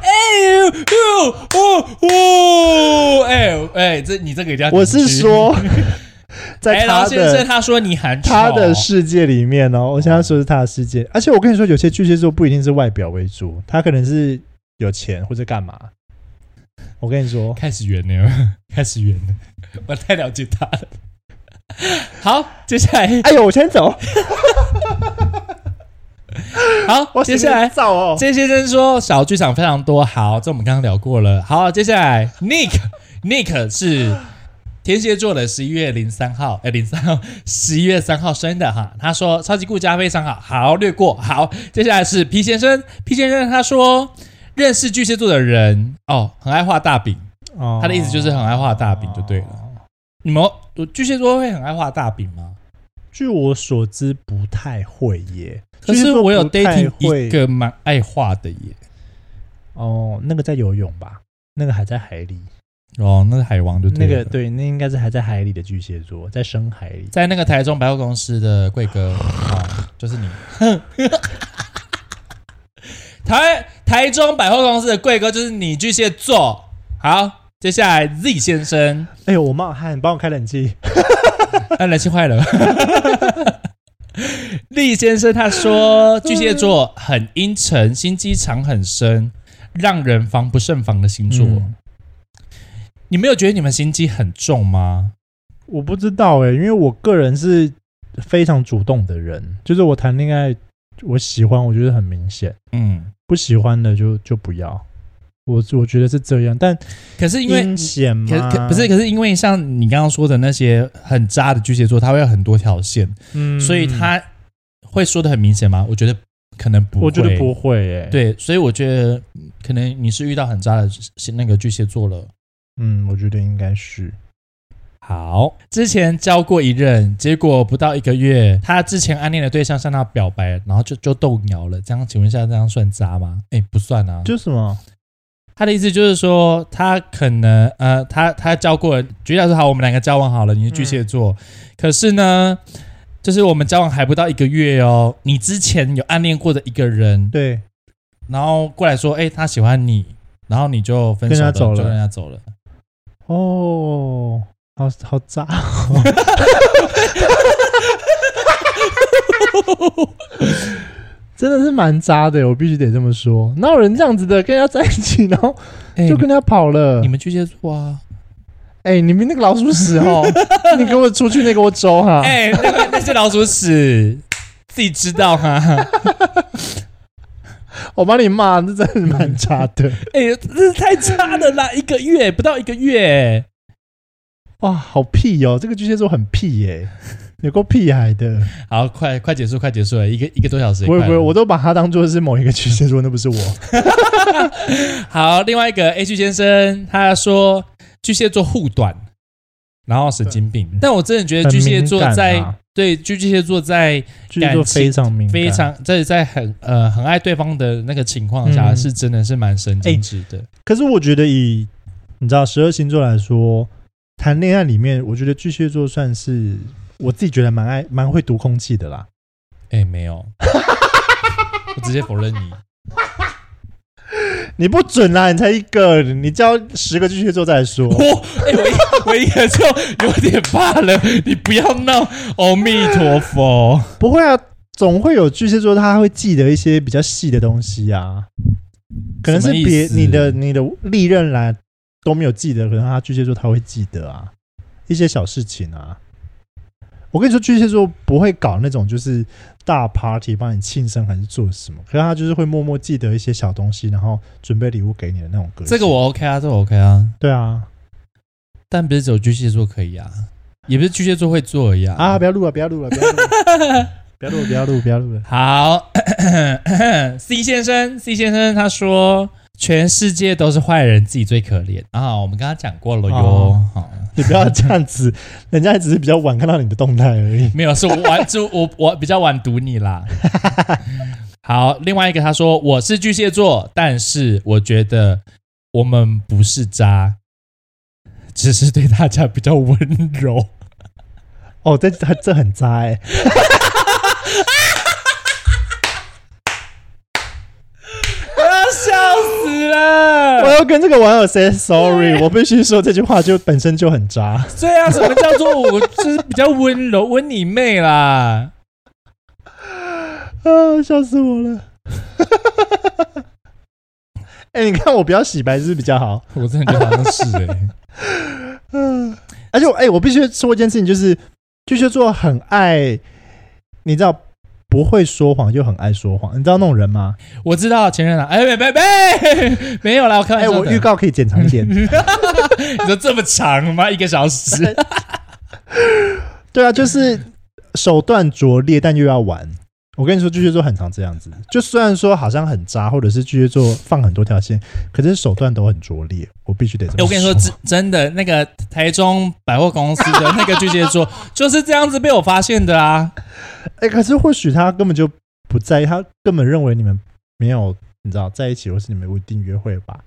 A: 哎呦哦哦，哎哎，这你这个一定要
B: 我是
A: 进去
B: 说， 在
A: 哎，
B: 他
A: 劳先生
B: 的
A: 他说你很丑
B: 他的世界里面哦，我现在说是他的世界，而且我跟你说，有些巨蟹座不一定是外表为主，他可能是有钱或者干嘛。我跟你说，
A: 开始圆了， 开始圆了，我太了解他了。好，接下来，
B: 哎呦，我先 走，
A: 好，
B: 我
A: 接下来，
B: 造哦，
A: 这先生说小剧场非常多，好，这我们刚刚聊过了。好，接下来 Nick Nick 是天蝎座的，十一月零三号，哎，零三号，十一月三号生的哈。他说超级顾家非常好，好略过。好，接下来是 P 先生，P 先生他说认识巨蟹座的人哦，很爱画大饼，
B: 哦
A: 他的意思就是很爱画大饼就对了。你们巨蟹座会很爱画大饼吗？
B: 据我所知，不太会耶。
A: 可是我有
B: 巨蟹座
A: dating
B: 不太会
A: 一个蛮爱画的耶。
B: 哦，那个在游泳吧，那个还在海里，
A: 哦，那是海王就对
B: 那
A: 了
B: 个对，那应该是还在海里的巨蟹座，在深海里。
A: 在那个台中百货公司的贵哥，啊，就是你。 台台中百货公司的贵哥就是你巨蟹座。好，接下来 Z 先生，
B: 哎呦，我冒汗，帮我开冷气。
A: 啊，冷气坏了。 厉先生他说，巨蟹座很阴沉，心机藏很深，让人防不胜防的星座。
B: 嗯
A: 你没有觉得你们心机很重吗？
B: 我不知道哎、因为我个人是非常主动的人，就是我谈恋爱，我喜欢，我觉得很明显；
A: 嗯，
B: 不喜欢的就就不要。我我觉得是这样，但
A: 可是因为
B: 阴险
A: 可
B: 嘛，
A: 可不是，可是因为像你刚刚说的那些很渣的巨蟹座，他会有很多条线，
B: 嗯
A: 所以他会说的很明显吗？我觉得可能不会，
B: 我觉得不会哎、，
A: 对，所以我觉得嗯可能你是遇到很渣的那个巨蟹座了。
B: 嗯，我觉得应该是
A: 好，之前交过一任，结果不到一个月，他之前暗恋的对象向他表白，然后就就动摇了。这样，请问一下，这样算渣吗？哎，不算啊。
B: 就什么
A: 他的意思就是说，他可能呃，他他交过，举例来说，好，我们两个交往好了，你是巨蟹座，可是呢，就是我们交往还不到一个月哦，你之前有暗恋过的一个人，
B: 对，
A: 然后过来说，哎、他喜欢你，然后你就分手
B: 跟他走了
A: 就跟人家走了。
B: 哦，好好渣，哦 真的是蛮渣的，我必须得这么说。哪有人这样子的跟人家在一起，然后
A: 哎、
B: 就跟他跑了？
A: 你们巨蟹座啊，
B: 哎、你们那个老鼠 屎哦，你给我出去，那给我走哈。
A: 哎、那个那些老鼠屎，自己知道哈、
B: 我把你骂，这真的蛮渣的。
A: 哎、这是太差了啦，一个月不到一个月，
B: 哇，好屁哦，这个巨蟹座很屁耶、有够屁孩的。
A: 好，快快结束，快结束了，一个一个多小时也
B: 不
A: 快
B: 会
A: 了，
B: 不会，我都把他当做是某一个巨蟹座，那不是我。
A: 好，另外一个 H 先生他说巨蟹座护短，然后神经病。但我真的 觉得巨蟹座在、
B: 很敏感啊
A: 对巨巨蟹座在
B: 巨蟹座非常敏感，
A: 非常在在很呃很爱对方的那个情况下，
B: 嗯
A: 是真的是蛮神经质的。
B: 可是我觉得以你知道十二星座来说，谈恋爱里面，我觉得巨蟹座算是我自己觉得蛮爱蛮会读空气的啦。
A: 哎、没有， 我直接否认你。
B: 哦你不准啦，你才一个，你叫十个巨蟹座再来说。
A: 我哎、我一我一个就有点怕了，你不要闹，阿弥陀 佛。
B: 不会啊，总会有巨蟹座他会记得一些比较细的东西啊，可能是
A: 什么意
B: 别
A: 思
B: 你的你的历任来都没有记得，可能他巨蟹座他会记得啊，一些小事情啊。我跟你说，巨蟹座不会搞那种就是大 party 帮你庆生还是做什么，可是他就是会默默记得一些小东西，然后准备礼物给你的那种歌。
A: 这个我 OK 啊，这个我 OK 啊，
B: 对啊
A: 但不是只有巨蟹座可以啊，也不是巨蟹座会做而已啊。
B: 啊！不要录了，不要录了，不要录了，啊 不要录了，不要录了，不要录了。啊
A: 好 ，C 先生，C 先生他说，全世界都是坏人，自己最可怜啊。我们刚刚讲过了哟，
B: 哦
A: 好
B: 你不要这样子，人家只是比较晚看到你的动态而已。
A: 没有，是我晚，就我我比较晚读你 啦。好，另外一个他说我是巨蟹座，但是我觉得我们不是渣，只是对大家比较温柔。
B: 哦，这这这很渣哎、
A: 我要笑死了
B: 我要跟这个网友 say sorry，我必须说这句话就本身就很渣。
A: 对啊，什么叫做我就是比较温柔，温你妹啦！
B: 啊，笑死我了！哎、你看我不要洗白是不是比较好？
A: 我真的觉得好像是哎、
B: 嗯，而且我哎、我必须说一件事情，就是巨蟹座很爱，你知道不会说谎又很爱说谎，你知道那种人吗？
A: 我知道前任啊，哎，别别别， 没有啦，我开玩
B: 哎、
A: 笑的。
B: 我预告可以剪长一点。
A: 你说这么长吗？一个小 时？
B: 对啊，就是手段拙劣，但又要玩。我跟你说，巨蟹座很常这样子。就虽然说好像很渣，或者是巨蟹座放很多条线，可是手段都很拙劣。我必须得这么
A: 哎我跟你说，真真的，那个台中百货公司的那个巨蟹座 就是这样子被我发现的啊。
B: 哎、可是或许他根本就不在意，他根本认为你们没有，你知道在一起，或是你们不一定约会吧？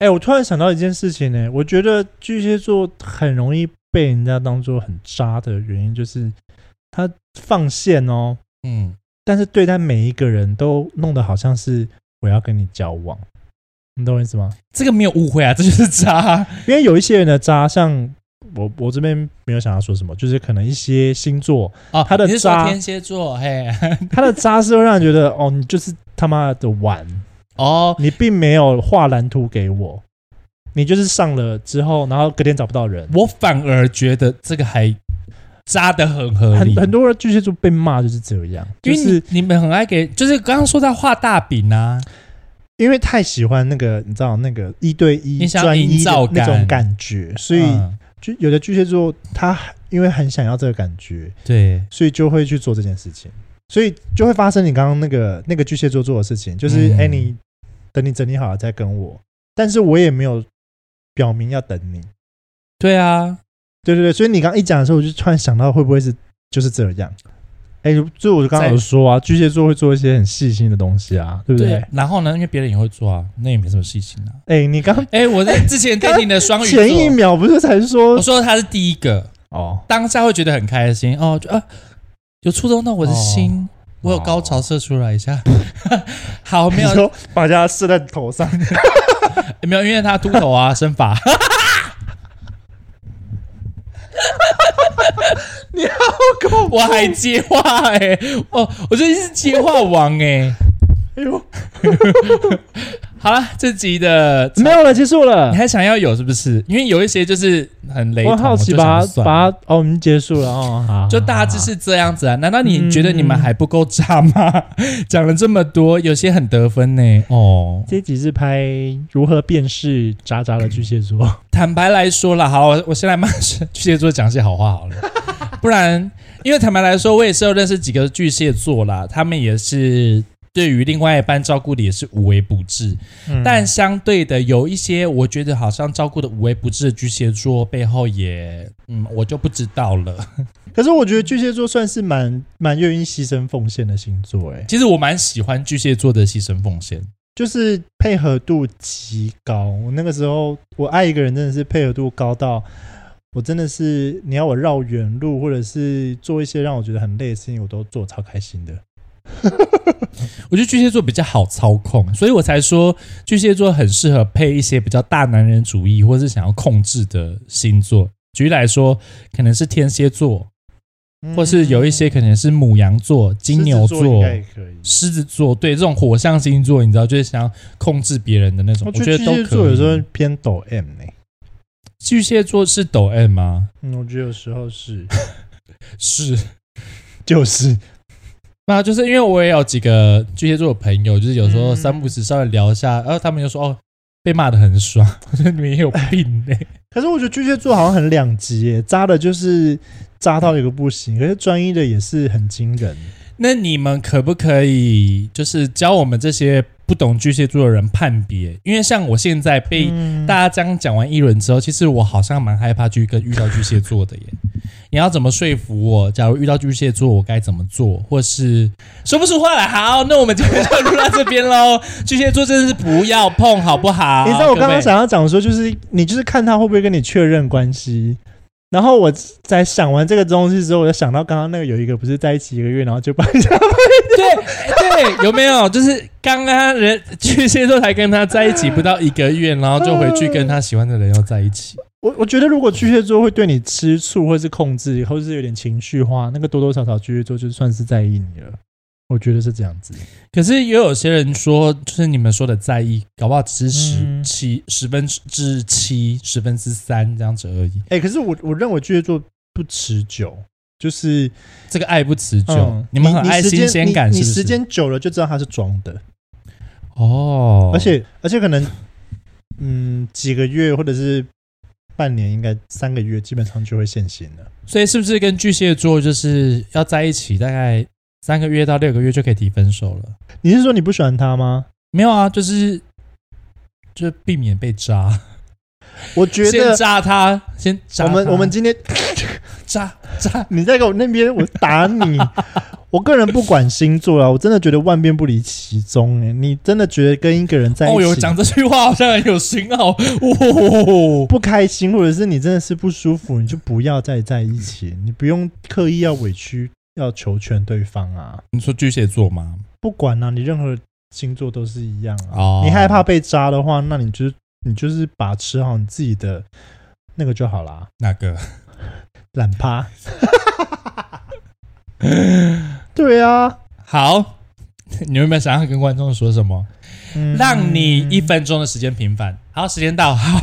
B: 哎、我突然想到一件事情呢、我觉得巨蟹座很容易被人家当做很渣的原因，就是他放线哦，
A: 嗯，
B: 但是对待每一个人都弄得好像是我要跟你交往，你懂我意思吗？
A: 这个没有误会啊， 这就是渣。
B: 因为有一些人的渣，像我我这边没有想要说什么，就是可能一些星座，
A: 哦，
B: 他的
A: 你是说
B: 渣
A: 天蝎座？嘿，
B: 他的渣是会让人觉得哦，你就是他妈的玩，
A: 哦，
B: 你并没有画蓝图给我，你就是上了之后，然后隔天找不到人。
A: 我反而觉得这个还渣的很合
B: 很
A: 理，
B: 很多人巨蟹座被骂就是这样，就
A: 因为
B: 是
A: 你你们很爱给，就是刚刚说到画大饼啊。
B: 因为太喜欢那个，你知道那个一对一
A: 你想
B: 专
A: 营
B: 一的
A: 造
B: 那种
A: 感
B: 感觉，所以
A: 嗯
B: 就有的巨蟹座他因为很想要这个感觉，
A: 对，
B: 所以就会去做这件事情，所以就会发生你刚刚那个那个巨蟹座做的事情，就是
A: 嗯
B: 哎、你等你整理好了再跟我，但是我也没有表明要等你，
A: 对啊，
B: 对对对，所以你刚刚一讲的时候，我就突然想到会不会是就是这样？哎、就我刚刚有说啊，巨蟹座会做一些很细心的东西啊，对不对？
A: 然后呢，因为别人也会做啊，那也没什么事情啊。
B: 哎、你刚
A: 哎，我在之前 dating 的双鱼座，
B: 前一秒不是才说
A: 我说他是第一个，
B: 哦，
A: 当下会觉得很开心哦，就啊，有触动到我的
B: 哦
A: 心，我有高潮射出来一下。 好，没
B: 你
A: 有
B: 说把它射在头上，
A: 没有，因为他秃头啊，生发。
B: 你好恐怖！
A: 我还接话哎、哦，我最近是接话王哎、
B: 哎呦，
A: 好了，这集的
B: 没有了，结束了
A: 你。还想要有是不是？因为有一些就是很雷同，
B: 我好奇
A: 就
B: 把
A: 想
B: 它
A: 算
B: 把它哦，我们结束了哦，好，
A: 就大致是这样子啊？难道你觉得你们还不够渣吗？ 讲了这么多，有些很得分呢、哦，
B: 这集是拍如何辨识渣渣的巨蟹座，
A: 坦白来说啦，好，我我先来骂 巨蟹座讲些好话好了，不然，因为坦白来说，我也是有认识几个巨蟹座啦，他们也是对于另外一半照顾的也是无微不至，
B: 嗯
A: 但相对的有一些我觉得好像照顾的无微不至的巨蟹座背后也，嗯，我就不知道了。
B: 可是我觉得巨蟹座算是蛮蛮愿意牺牲奉献的星座，哎，
A: 其实我蛮喜欢巨蟹座的牺牲奉献，
B: 就是配合度极高。我那个时候我爱一个人真的是配合度高到。我真的是，你要我绕远路，或者是做一些让我觉得很累的事情，我都做超开心的。
A: 我觉得巨蟹座比较好操控，所以我才说巨蟹座很适合配一些比较大男人主义或是想要控制的星座。举例来说，可能是天蝎座，或是有一些可能是母羊座、金牛
B: 嗯狮子应
A: 座、
B: 该也可以。
A: 狮子座，对这种火象星座，你知道，就是想要控制别人的那种。我
B: 我觉
A: 觉
B: 得
A: 得
B: 巨
A: 都
B: 蟹座
A: 可
B: 有时候
A: 以。
B: 偏抖 M 欸呢、
A: 巨蟹座是抖 M 吗？
B: 嗯，我觉得有时候是。
A: 是，
B: 就是
A: 那就是因为我也有几个巨蟹座的朋友，就是有时
B: 嗯
A: 候三不时稍微聊一下，然后他们就说哦，被骂的很爽， 我说你们也有病欸呢、
B: 可是我觉得巨蟹座好像很两极耶，渣的就是渣到一个不行，可是专一的也是很惊人。
A: 那你们可不可以就是教我们这些不懂巨蟹座的人判别？因为像我现在被
B: 嗯
A: 大家这样讲完一轮之后，其实我好像蛮害怕去跟遇到巨蟹座的耶。 你要怎么说服我？假如遇到巨蟹座，我该怎么做？或是说不出话来？好，那我们今天就录到这边喽。 巨蟹座真的是不要碰，好不好？
B: 哎你知道我刚
A: 各
B: 刚
A: 位
B: 想要讲说，就是你就是看他会不会跟你确认关系。然后我在想完这个东西之后，我就想到刚刚那个有一个不是在一起一个月，然后就把人家
A: 哎对对，有没有？就是刚刚人巨蟹座才跟他在一起不到一个月，然后就回去跟他喜欢的人又在一起。
B: 我我觉得，如果巨蟹座会对你吃醋，或是控制，或是有点情绪化，那个多多少少巨蟹座就算是在意你了。我觉得是这样子。
A: 可是也有些人说，就是你们说的在意，搞不好只是十
B: 嗯
A: 七、十分之七、十分之三这样子而已。
B: 哎、可是我我认为巨蟹座不持久，就是
A: 这个爱不持久，
B: 嗯
A: 你们很爱
B: 时间
A: 新鲜感
B: 你
A: 是
B: 你
A: 不是？
B: 时间久了就知道他是装的，
A: 哦，
B: 而且而且可能嗯几个月或者是半年，应该三个月基本上就会现形了。
A: 所以是不是跟巨蟹座就是要在一起大概三个月到六个月就可以提分手了？
B: 你是说你不喜欢他吗？
A: 没有啊，就是就是避免被渣，
B: 我觉
A: 先
B: 得
A: 扎他，先扎
B: 我们
A: 他
B: 我们今天
A: 扎扎，
B: 你在给我那边，我 打你。我个人不管星座啊，我真的觉得万变不离其宗、欸。你真的觉得跟一个人在一起，
A: 哦哟，讲这句话好像很有型哦，哦，
B: 不开心，或者是你真的是不舒服，你就不要再在一起，
A: 嗯
B: 你不用刻意要委屈，要求全对方啊。
A: 你说巨蟹座吗？
B: 不管啊，你任何星座都是一样啊。
A: 哦，
B: 你害怕被扎的话，那你就是你就是把持好你自己的那个就好啦，
A: 哪个？
B: 懒趴。对啊，
A: 好， 你有没有想要跟观众说什么？
B: 嗯
A: 让你一分钟的时间平反。好，时间到， 好，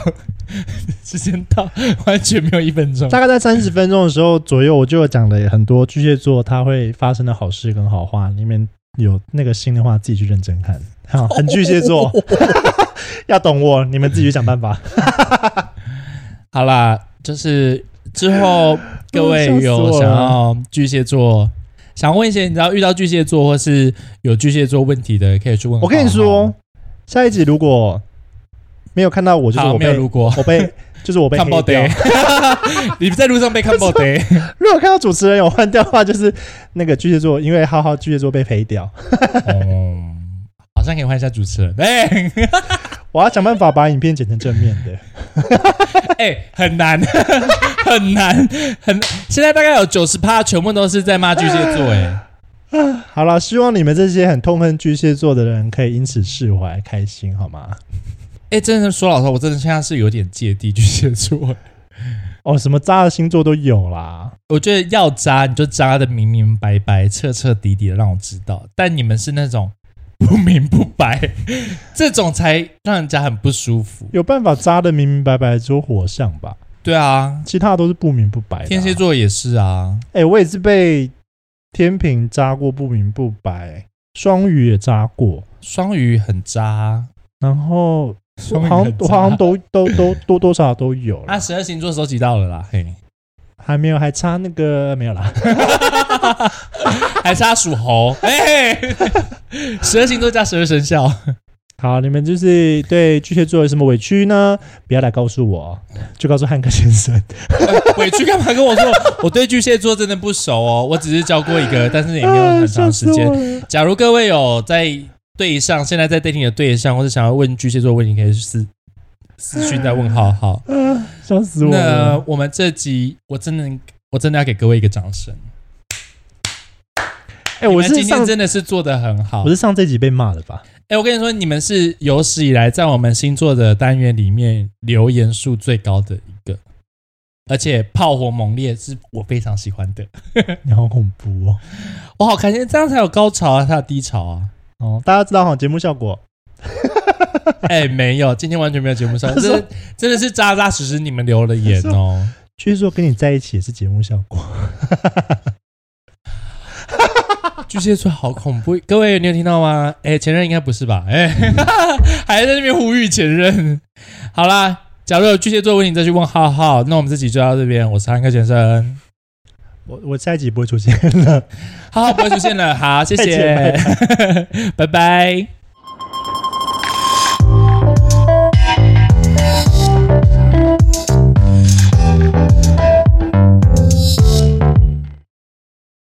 A: 时间到，完全没有一分钟。
B: 大概在三十分钟的时候左右，我就有讲了很多巨蟹座它会发生的好事跟好话，里面有那个新的话，自己去认真看。 好，很巨蟹座，要懂我，你们自己去想 办法。
A: 好啦，就是之
B: 哦
A: 后各位
B: 笑死
A: 有
B: 我
A: 想
B: 了
A: 要巨蟹座，想问一些你知道遇到巨蟹座或是有巨蟹座问题的，可以去问浩
B: 我
A: 浩。
B: 跟你说，下一集如果没有看到我，就是
A: 好，
B: 我
A: 没有
B: 被
A: 路过。
B: 我被就是我被
A: 看爆
B: 黑掉
A: 得。， 你在路上被看爆得，
B: 如果看到主持人有换掉的话，就是那个巨蟹座，因为浩浩巨蟹座被黑掉，
A: 哦，好像可以换一下主持人，哎、
B: 我要想办法把影片剪成正面的。
A: 哎、很难， 很难，很。现在大概有九十趴，全部都是在骂巨蟹座、哎，
B: 好了，希望你们这些很痛恨巨蟹座的人可以因此释怀、开心，好吗？
A: 哎，真的说老实话，我真的现在是有点芥蒂巨蟹座。
B: 哦，什么渣的星座都有啦。
A: 我觉得要渣，你就渣的明明白白、彻彻底底的让我知道。但你们是那种不明不白， 这种才让人家很不舒服。
B: 有办法渣的明明白白，只有火象吧，
A: 对啊，
B: 其他都是不明不白的啊、
A: 天蝎座也是啊。
B: 哎、我也是被天平扎过不明不白，双鱼也扎过，
A: 双鱼很渣，
B: 然后
A: 双
B: 我
A: 鱼
B: 好像
A: 很
B: 我
A: 渣。
B: 好像都都都多多少少都有啦
A: 啊，十二星座收集到了啦，嘿，
B: 还没有，还差那个没有啦。
A: 还差属猴，哎、 十二星座加十二生肖。
B: 好，你们就是对巨蟹座有什么委屈呢？不要来告诉我，就告诉汉克先 生。
A: 委屈干嘛跟我说？我对巨蟹座真的不熟哦，我只是教过一个，但是也哎没有很长时间。
B: 间。
A: 假如各位有在对象，现在在 dating 的对象，或者想要问巨蟹座问题，可以私私讯再问浩浩。
B: 啊，笑死我
A: 那
B: 了！
A: 我们这集我真的我真的要给各位一个掌声。
B: 哎、我
A: 你
B: 是
A: 们今
B: 上
A: 天真的是做的很好
B: 我。是上这集被骂的吧？
A: 哎、我跟你说，你们是有史以来在我们星座的单元里面留言数最高的一个，而且炮火猛烈，是我非常喜欢的。
B: 你好恐怖哦！
A: 我好开心，这样才有高潮啊，才有低潮啊。
B: 哦，大家知道哈，节目效果
A: 哎、没有，今天完全没有节目上，
B: 他
A: 真
B: 说
A: 的真的是扎扎实实你们留了言哦。
B: 巨蟹座跟你在一起也是节目效果，
A: 巨蟹座好恐怖，各位你有听到吗？哎、前任应该不是吧？哎、 还在那边呼吁前任。好啦，假如有巨蟹座问题，再去问浩浩。那我们这集就到这边，我是汉克先生，
B: 我我下一集不会出现了。
A: 浩浩不会出现了，好，谢
B: 再见
A: 谢，拜拜。